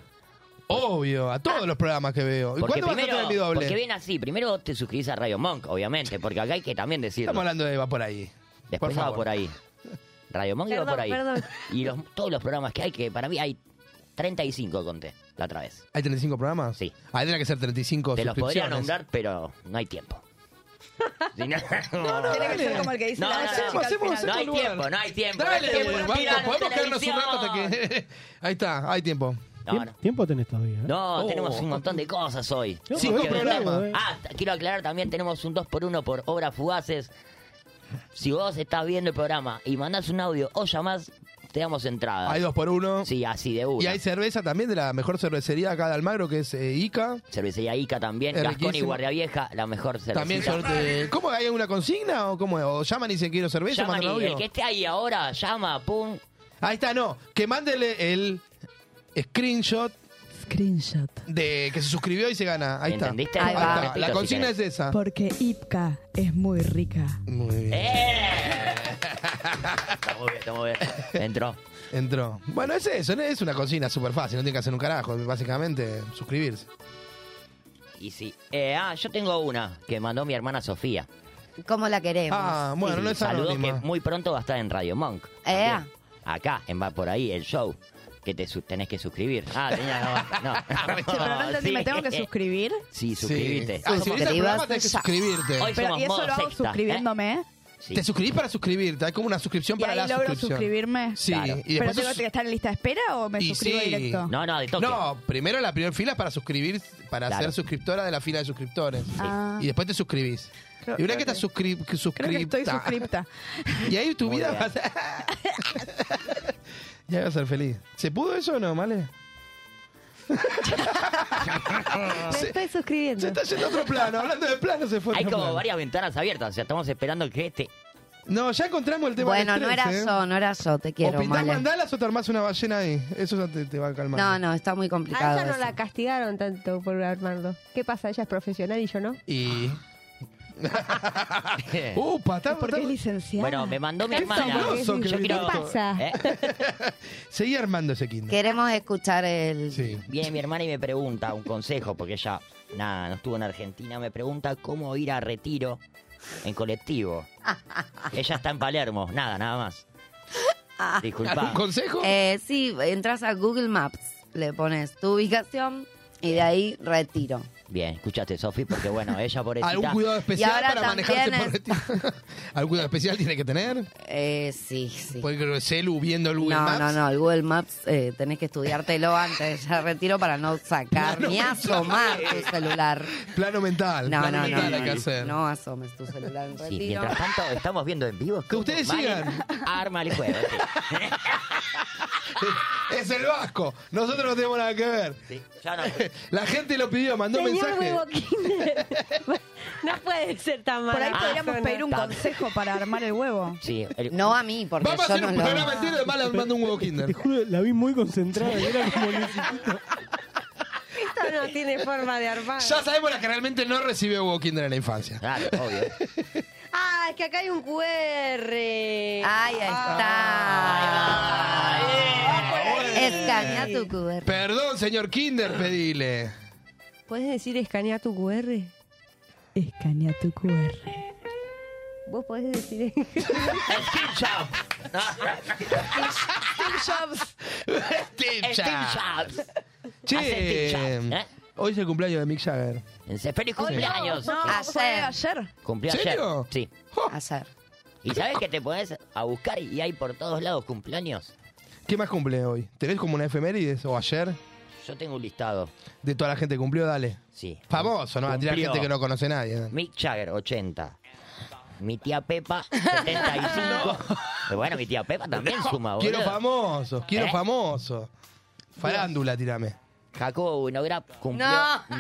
S1: Obvio, a todos los programas que veo. ¿Y
S3: Porque
S1: cuándo vas a
S3: primero,
S1: tener mi doble?
S3: Porque viene así. Primero vos te suscribís a Radio Monk, obviamente, porque acá hay que también decirlo.
S1: Estamos hablando de Va por ahí.
S3: Después
S1: por
S3: va
S1: favor.
S3: por ahí. Radio Monk iba
S2: Perdón,
S3: por ahí.
S2: perdón.
S3: Y los, todos los programas que hay, que para mí hay 35 conté la otra vez.
S1: ¿Hay 35 programas? Sí. Ahí tendrá que ser 35
S3: Te los podría
S1: suscripciones.
S3: nombrar, pero no hay tiempo. Si no,
S4: Tiene que ser como el que dice
S3: No,
S4: la
S3: no,
S4: chica
S3: no,
S4: al
S1: hacemos-
S4: final.
S3: no hay
S1: lugar.
S3: tiempo, no hay tiempo.
S1: Dale,
S3: el tiempo no
S1: banco,
S3: tira la
S1: podemos quedarnos un rato hasta
S3: televisión.
S1: que... Ahí está, hay tiempo.
S3: No, no.
S7: Tiempo tenés todavía. ¿eh?
S3: No,
S1: Oh.
S3: tenemos un montón de cosas hoy.
S7: Yo
S1: Cinco
S3: Quiero
S1: programas.
S7: ¿eh?
S3: aclarar- Ah, t- quiero aclarar también, tenemos un 2x1 por obras fugaces. Si vos estás viendo el programa y mandás un audio o llamás, te damos entrada.
S1: Hay dos por uno.
S3: Sí, así de una.
S1: Y hay cerveza también de la mejor cervecería acá de Almagro, que es eh, Ica.
S3: Cervecería Ica también,
S1: Es
S3: Gascón y
S1: riquísimo.
S3: Guardia Vieja, la mejor cerveza.
S1: También sorte. ¿Cómo hay alguna consigna o cómo es? ¿O llaman y dicen quiero cerveza?
S3: Llaman
S1: mandan
S3: y
S1: audio?
S3: el que esté ahí ahora, llama, pum.
S1: Ahí está, no. Que mándele el screenshot
S4: Screenshot.
S1: de que se suscribió y se gana. Ahí está.
S3: ¿Entendiste?
S5: Ahí va.
S1: está. La
S3: Repito, si
S1: consigna
S3: querés.
S1: es esa.
S4: Porque Ipka es muy rica.
S1: Muy bien.
S3: ¡Eh! Está muy bien, está muy bien. Entró.
S1: Entró. Bueno, es eso, es una consigna súper fácil, no tiene que hacer un carajo, básicamente suscribirse.
S3: Y sí. Eh, ah, yo tengo una que mandó mi hermana Sofía.
S5: ¿Cómo la queremos?
S1: Ah, bueno, no es
S3: Saludos que
S1: anónima.
S3: muy pronto va a estar en Radio Monk.
S4: Eh.
S5: Ea.
S3: También. Acá, en va por ahí, el show. Que te su- tenés que suscribir. Ah, tenía no. no.
S4: Che, Ah, pero no entendí, ¿me tengo que suscribir?
S3: Sí,
S1: Sí.
S3: suscribite.
S1: Ah, si venís al programa tenés que
S5: ya.
S1: suscribirte.
S3: Hoy
S4: Pero,
S3: somos
S4: ¿Y eso
S3: modo
S4: lo hago
S3: sexta, ¿eh?
S4: suscribiéndome?
S3: Sí.
S1: Te suscribís para suscribirte, hay como una suscripción
S4: ¿Y
S1: para
S4: ahí
S1: la
S4: logro
S1: suscripción.
S4: suscribirme?
S1: Sí,
S3: Claro.
S1: y
S4: ¿Pero
S1: después
S4: tengo
S1: sos-
S4: que estar en lista de espera o me
S1: Y
S4: suscribo
S1: sí.
S4: directo?
S3: No, no, de toque.
S1: No, primero la primera fila para suscribir, para
S3: Claro.
S1: ser suscriptora de la fila de suscriptores.
S4: Ah.
S1: Y después te suscribís.
S4: Creo-
S1: y una vez que estás suscri que
S4: Creo que estoy
S1: suscripta,
S4: suscripta.
S1: Y ahí tu
S3: Muy
S1: vida
S3: bien.
S1: va a ser... ya va a ser feliz. ¿Se pudo eso o no, Male?
S2: Me estoy suscribiendo.
S1: Se está yendo a otro plano, hablando de plano se fue. a
S3: Hay
S1: otro
S3: como
S1: plano.
S3: varias ventanas abiertas, o sea, estamos esperando que este...
S1: No, ya encontramos el tema
S5: Bueno,
S1: del
S5: no
S1: estrés,
S5: era
S1: ¿eh?
S5: yo, no era yo, te
S1: O
S5: quiero,
S1: pintás
S5: Male.
S1: mandalas o te armás una ballena ahí. Eso ya te, te va a calmar.
S5: No, no, está muy
S2: A
S5: complicado.
S2: ella no
S5: eso.
S2: la castigaron tanto por armarlo. ¿Qué pasa? Ella es profesional y yo no.
S1: Y.
S3: Ah.
S1: Upa, está,
S4: ¿Por
S1: está-
S4: qué es licenciada?
S3: Bueno, me mandó mi
S1: Qué
S3: hermana.
S1: sabroso que
S3: Yo
S1: vino
S3: quiero...
S1: todo.
S3: ¿Eh?
S1: Seguí armando ese kinder.
S5: Queremos escuchar el...
S1: Sí.
S3: Viene mi hermana y me pregunta un consejo, porque ella, nada, no estuvo en Argentina, me pregunta cómo ir a retiro en colectivo. Ella está en Palermo, nada, nada más. Disculpa.
S5: Eh, sí, entras a Google Maps, le pones tu ubicación y de ahí retiro.
S3: Bien, escúchate, Sofi, porque bueno, ella por
S1: ¿Algún cuidado especial
S5: Y ahora
S1: para manejarse
S5: también
S1: por retiro? ¿Algún cuidado especial tiene que tener?
S5: Eh, sí, sí.
S1: Puede que el celu viendo el Google
S5: no,
S1: Maps.
S5: no, no, el Google Maps eh, tenés que estudiártelo antes, ya retiro para no sacar
S1: Plano
S5: ni
S1: mental.
S5: asomar tu celular.
S1: Plano mental.
S5: No,
S1: plano
S5: no, no,
S1: mental hay
S5: no,
S1: que
S5: no,
S1: hacer.
S5: no asomes tu celular en
S3: Sí,
S5: retiro.
S3: mientras tanto, estamos viendo en vivo. Que
S1: ustedes sigan.
S3: Arma el juego. sí.
S1: Es el Vasco. Nosotros no tenemos nada que ver.
S3: ya no.
S1: La gente lo pidió, mandó
S2: Señor
S1: mensaje.
S2: Huevo Kinder. no puede ser tan mal.
S4: Por ahí
S1: Ah,
S4: podríamos pedir un
S3: Tam-
S4: consejo para armar el huevo.
S3: Sí, el-
S5: No a mí, porque
S1: Vamos a
S5: yo
S1: hacer
S5: no
S1: un
S5: lo...
S1: programa entero de malas mando un huevo
S7: Te
S1: Kinder.
S7: juro, la vi muy concentrada y era como Luisito.
S2: Esto no tiene forma de armar.
S1: Ya sabemos la que realmente no recibió huevo Kinder en la infancia.
S3: Claro, obvio.
S2: Ah, es que acá hay un QR.
S5: Ay, ahí
S2: Ah,
S5: está. Escanea tu QR.
S1: Perdón, señor Kinder, pedile.
S2: ¿Puedes decir escanea tu QR?
S4: Escanea tu QR.
S2: Vos podés decir.
S3: Steve Jobs. No,
S1: Steve
S3: Steve
S1: Jobs.
S3: Jobs. Hace Steve Jobs,
S1: Che,
S3: ¿eh?
S1: hoy es el cumpleaños de Mick Jagger.
S3: Dice, Feliz
S4: Hoy no,
S3: cumpleaños.
S4: No,
S3: Sí.
S4: fue
S5: Ayer.
S4: ayer.
S3: Cumplió
S1: ¿En
S3: ayer.
S1: serio?
S3: Sí.
S5: Hacer.
S3: Y sabes que te pones a buscar y hay por todos lados cumpleaños.
S1: ¿Qué más cumple hoy? ¿Tenés como una efemérides o ayer?
S3: Yo tengo un listado.
S1: De toda la gente que cumplió, dale.
S3: Sí.
S1: Famoso, ¿no? Va a tirar
S3: Cumplió.
S1: gente que no conoce a nadie. ¿eh?
S3: Mick Jagger, 80. Mi tía Pepa, 75. Pero Bueno, mi tía Pepa también suma, boludo.
S1: Quiero famosos, quiero
S3: ¿Eh?
S1: famosos. Farándula, tirame.
S3: Jacobo Winograd cumplió
S5: No.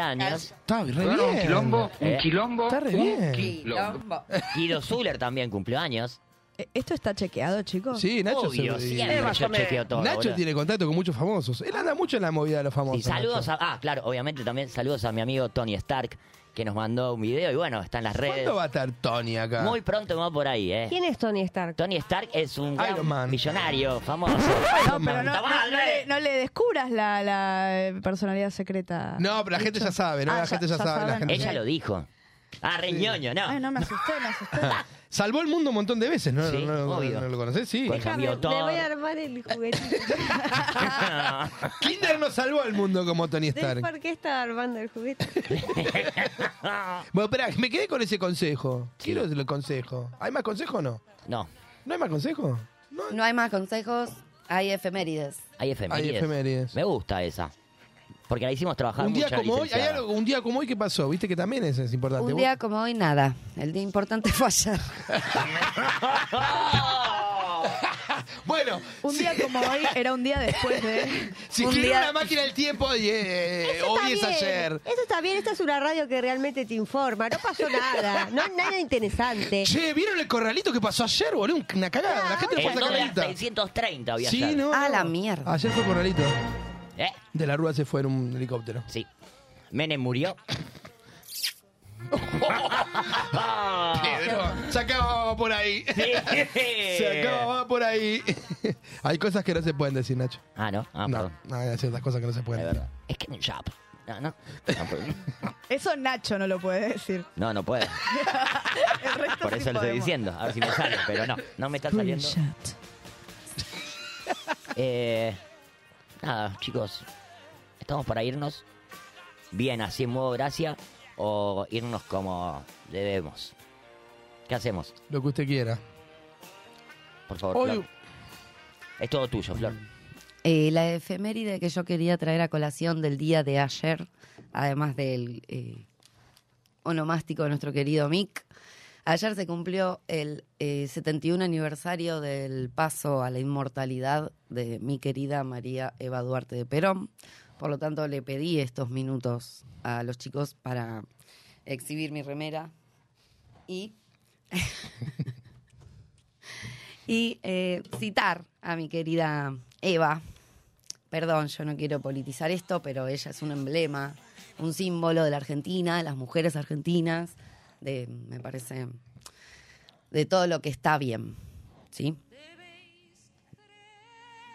S3: años.
S1: Está re bien.
S11: Un quilombo, un
S3: Eh.
S11: quilombo.
S1: Está re bien.
S5: Quilombo.
S3: Guido Zuller también cumplió años.
S4: Eh, ¿Esto está chequeado, chicos?
S1: Sí, Nacho se
S3: Obvio,
S1: lo digo.
S3: siempre yo chequeo todo,
S1: Nacho
S3: boludo.
S1: tiene contacto con muchos famosos. Él anda mucho en la movida de los famosos.
S3: Y saludos
S1: Nacho.
S3: a... Ah, claro, obviamente también saludos a mi amigo Tony Stark, que nos mandó un video y bueno, está en las redes.
S1: ¿Cuándo va a estar Tony acá?
S3: Muy pronto va por ahí, ¿eh?
S2: ¿Quién es Tony Stark?
S3: Tony Stark es un
S1: Iron
S3: gran
S1: Man.
S3: millonario famoso.
S4: No, pero no,
S3: Tomá,
S4: no- no le,
S3: Andrés.
S4: no le descubras la, la, eh, personalidad secreta.
S1: No, pero la gente ya sabe, ¿no?
S4: Ah,
S1: la gente ya, sabe. la
S4: saben.
S1: gente ya
S3: Ella lo dijo. Ah, reñoño,
S4: Ay,
S3: no.
S4: no me asusté, me asusté.
S1: Salvó el mundo un montón de veces, ¿no?
S3: Sí,
S1: ¿No lo-
S3: obvio.
S1: no lo conocés? Sí.
S3: Pues-
S2: Déjame,
S3: Cambió
S2: le
S3: todo.
S2: voy a armar el juguetito.
S1: Kinder no salvó al mundo como Tony
S2: ¿Ves
S1: Stark.
S2: por qué estaba armando el juguete?
S3: Eh,
S1: Bueno, espera, me quedé con ese consejo. Quiero el consejo. ¿Hay más consejo o no?
S3: No,
S1: ¿No hay más consejo? No.
S5: No hay más consejos, hay efemérides.
S3: hay efemérides.
S1: Hay efemérides.
S3: Me gusta esa. Porque la hicimos trabajar
S1: un día
S3: mucho,
S1: como hoy, hay
S3: licenciada.
S1: algo- un día como hoy que pasó, viste que también es, es importante.
S5: Un día como hoy, nada. El día importante fue ayer.
S1: Bueno,
S4: Un día como hoy era un día después de.
S1: si
S5: un
S1: quiere
S5: día-
S1: una máquina del tiempo, hoy, eh,
S2: Eso
S1: hoy es
S2: está bien.
S1: ayer.
S2: Eso está bien, esta es una radio que realmente te informa. No pasó nada, no nada interesante.
S1: Che, ¿vieron el corralito que pasó ayer, boludo? Un- Una cagada. La gente no
S3: El
S1: pasa
S3: dólar
S1: corralita.
S3: 630 había
S1: Sí,
S3: estado.
S1: no.
S5: A
S1: no.
S5: la mierda.
S1: Ayer fue corralito.
S3: ¿Eh?
S1: De la Rúa se fue en un helicóptero.
S3: Sí. Menem murió.
S1: Pedro, se acababa por ahí. Se
S3: ah,
S1: acababa por ahí. Hay cosas que no se pueden decir, Nacho.
S3: no. Ah,
S1: no,
S3: perdón.
S1: no, hay ciertas cosas que no se
S3: Es
S1: pueden decir.
S3: verdad. Es que no shop. No, no. No, puedo.
S4: Eso Nacho no lo puede decir.
S3: no, no puedo.
S4: El resto
S3: Por
S4: sí
S3: eso lo estoy
S4: podemos.
S3: diciendo. A ver si me sale, pero no. No me está saliendo. Eh, nada, chicos. ¿Estamos para irnos? Bien, así en modo gracia. O irnos como debemos. ¿Qué hacemos?
S1: Lo que usted quiera.
S3: Por favor,
S1: Hoy-
S3: Flor. Es todo tuyo, Flor.
S5: Eh, la efeméride que yo quería traer a colación del día de ayer, además del eh, onomástico de nuestro querido Mick, Ayer se cumplió el eh, 71 aniversario del paso a la inmortalidad de mi querida María Eva Duarte de Perón. Por lo tanto, le pedí estos minutos a los chicos para exhibir mi remera y, y eh, citar a mi querida Eva. Perdón, yo no quiero politizar esto, pero ella es un emblema, un símbolo de la Argentina, de las mujeres argentinas, de, me parece, de todo lo que está bien. ¿Sí?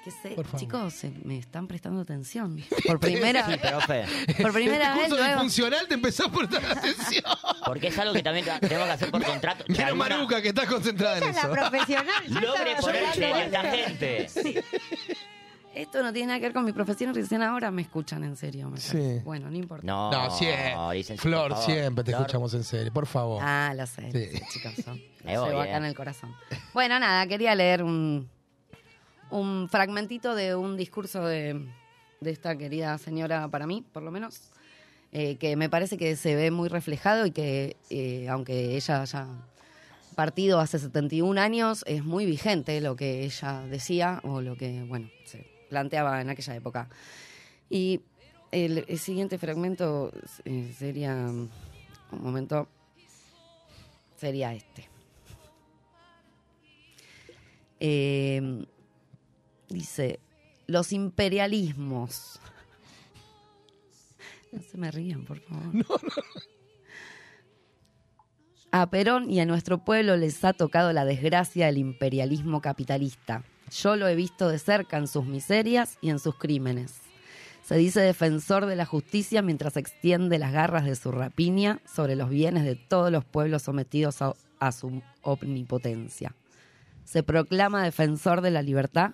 S5: ¿Qué sé?
S3: Por favor.
S5: Chicos, se- me están prestando atención. Por primera
S3: Sí, profe.
S5: Por primera
S1: El este
S5: vez.
S1: curso de
S5: luego-
S1: funcional te empezó a prestar atención.
S3: Porque es algo que también te- tenemos que hacer por contrato. Que
S1: Pero
S3: alguna-
S1: Maruca, que estás concentrada en
S3: Esa es
S1: eso.
S3: la
S2: profesional.
S3: Logre poner seria a esta gente.
S5: Esto no tiene nada que ver con mi profesión, recién ahora me escuchan en serio. me
S1: Sí.
S5: parece. Bueno, no importa.
S3: No,
S1: No, siempre.
S3: licenciado,
S1: Flor,
S3: por favor.
S1: siempre te
S3: Flor.
S1: escuchamos en serio, por favor.
S5: Ah, lo sé, lo
S1: Sí.
S5: sé, chicos. son-
S1: Me
S5: los
S1: voy,
S5: llevo
S1: eh.
S5: acá en el corazón. Bueno, nada, quería leer un, un fragmentito de un discurso de, de esta querida señora para mí, por lo menos, eh, que me parece que se ve muy reflejado y que, eh, aunque ella haya partido hace 71 años, es muy vigente lo que ella decía o lo que, bueno, se planteaba en aquella época. Y el, el siguiente fragmento eh, sería, um, un momento, sería este. Eh, dice, los imperialismos. No se me rían, por favor. A Perón y a nuestro pueblo les ha tocado la desgracia del imperialismo capitalista. Yo lo he visto de cerca en sus miserias y en sus crímenes. Se dice defensor de la justicia mientras extiende las garras de su rapiña sobre los bienes de todos los pueblos sometidos a, a su omnipotencia. Se proclama defensor de la libertad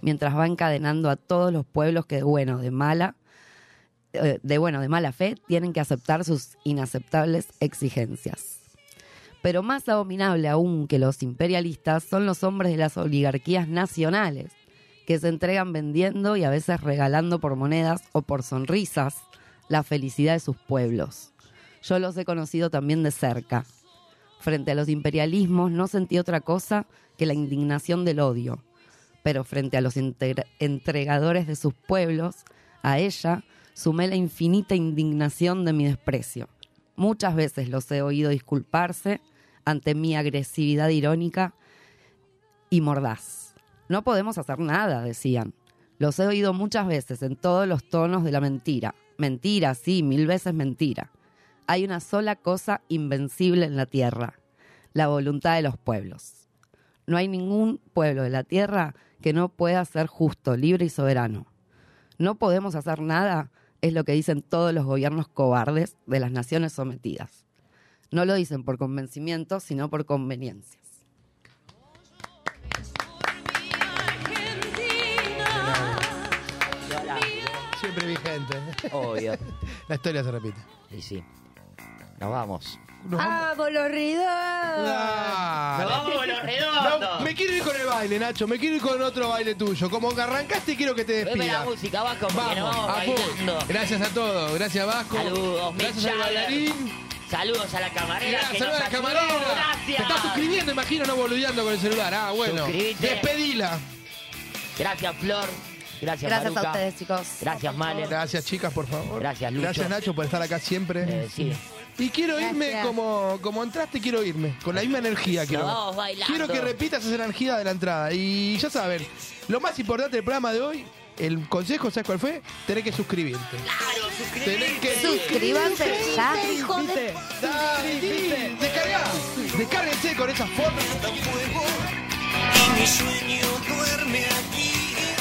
S5: mientras va encadenando a todos los pueblos que, bueno, de mala, eh, de bueno, de mala fe, tienen que aceptar sus inaceptables exigencias. Pero más abominable aún que los imperialistas son los hombres de las oligarquías nacionales, que se entregan vendiendo y a veces regalando por monedas o por sonrisas la felicidad de sus pueblos. Yo los he conocido también de cerca. Frente a los imperialismos no sentí otra cosa que la indignación del odio, pero frente a los integra- entregadores de sus pueblos, a ella sumé la infinita indignación de mi desprecio. Muchas veces los he oído disculparse ante mi agresividad irónica y mordaz. No podemos hacer nada, decían. Los he oído muchas veces en todos los tonos de la mentira. Mentira, sí, mil veces mentira. Hay una sola cosa invencible en la tierra, la voluntad de los pueblos. No hay ningún pueblo de la tierra que no pueda ser justo, libre y soberano. No podemos hacer nada, es lo que dicen todos los gobiernos cobardes de las naciones sometidas. No lo dicen por convencimiento, sino por conveniencia.
S1: Siempre vigente.
S3: Obvio.
S1: La historia se repite.
S3: Y sí. Nos vamos.
S2: ¡Ah, los
S5: Ah.
S1: Dale. No, me quiero ir con el baile, Nacho. Me quiero ir con otro baile tuyo. Como que arrancaste, quiero que te
S3: Vuelve
S1: despidas.
S3: la música, Vasco, porque
S1: Vamos,
S3: nos vamos
S1: a full.
S3: bailando.
S1: Gracias a todos. Gracias, Vasco.
S3: Saludos, Mick
S1: Gracias al
S3: Jagger.
S1: bailarín.
S3: Saludos a la camarera.
S1: Mirá,
S3: que
S1: saluda
S3: nos
S1: a la
S3: ayudó.
S1: camarera. Te
S3: Gracias.
S1: estás suscribiendo, imagino, no boludeando con el celular. Ah, bueno.
S3: Suscribite.
S1: Despedila.
S3: Gracias, Flor. Gracias,
S5: Gracias a
S3: Maruca.
S5: ustedes, chicos.
S3: Gracias, Male.
S1: Gracias, chicas, por favor.
S3: Gracias, Lucho.
S1: Gracias, Nacho, por estar acá siempre.
S3: Eh, sí.
S1: Y quiero irme
S3: Gracias.
S1: como, como entraste, quiero irme. Con la misma energía quiero.
S3: vamos bailando.
S1: Quiero que repitas esa energía de la entrada. Y ya saben, lo más importante del programa de hoy, el consejo, ¿sabes cuál fue? Tenés que suscribirte.
S3: Claro,
S1: Tenés que
S9: Suscríbanse ya. hijo de-
S1: Suscribite. Dale, sí, Descargá. Descárguense con esas fotos.
S9: Mi sueño duerme aquí.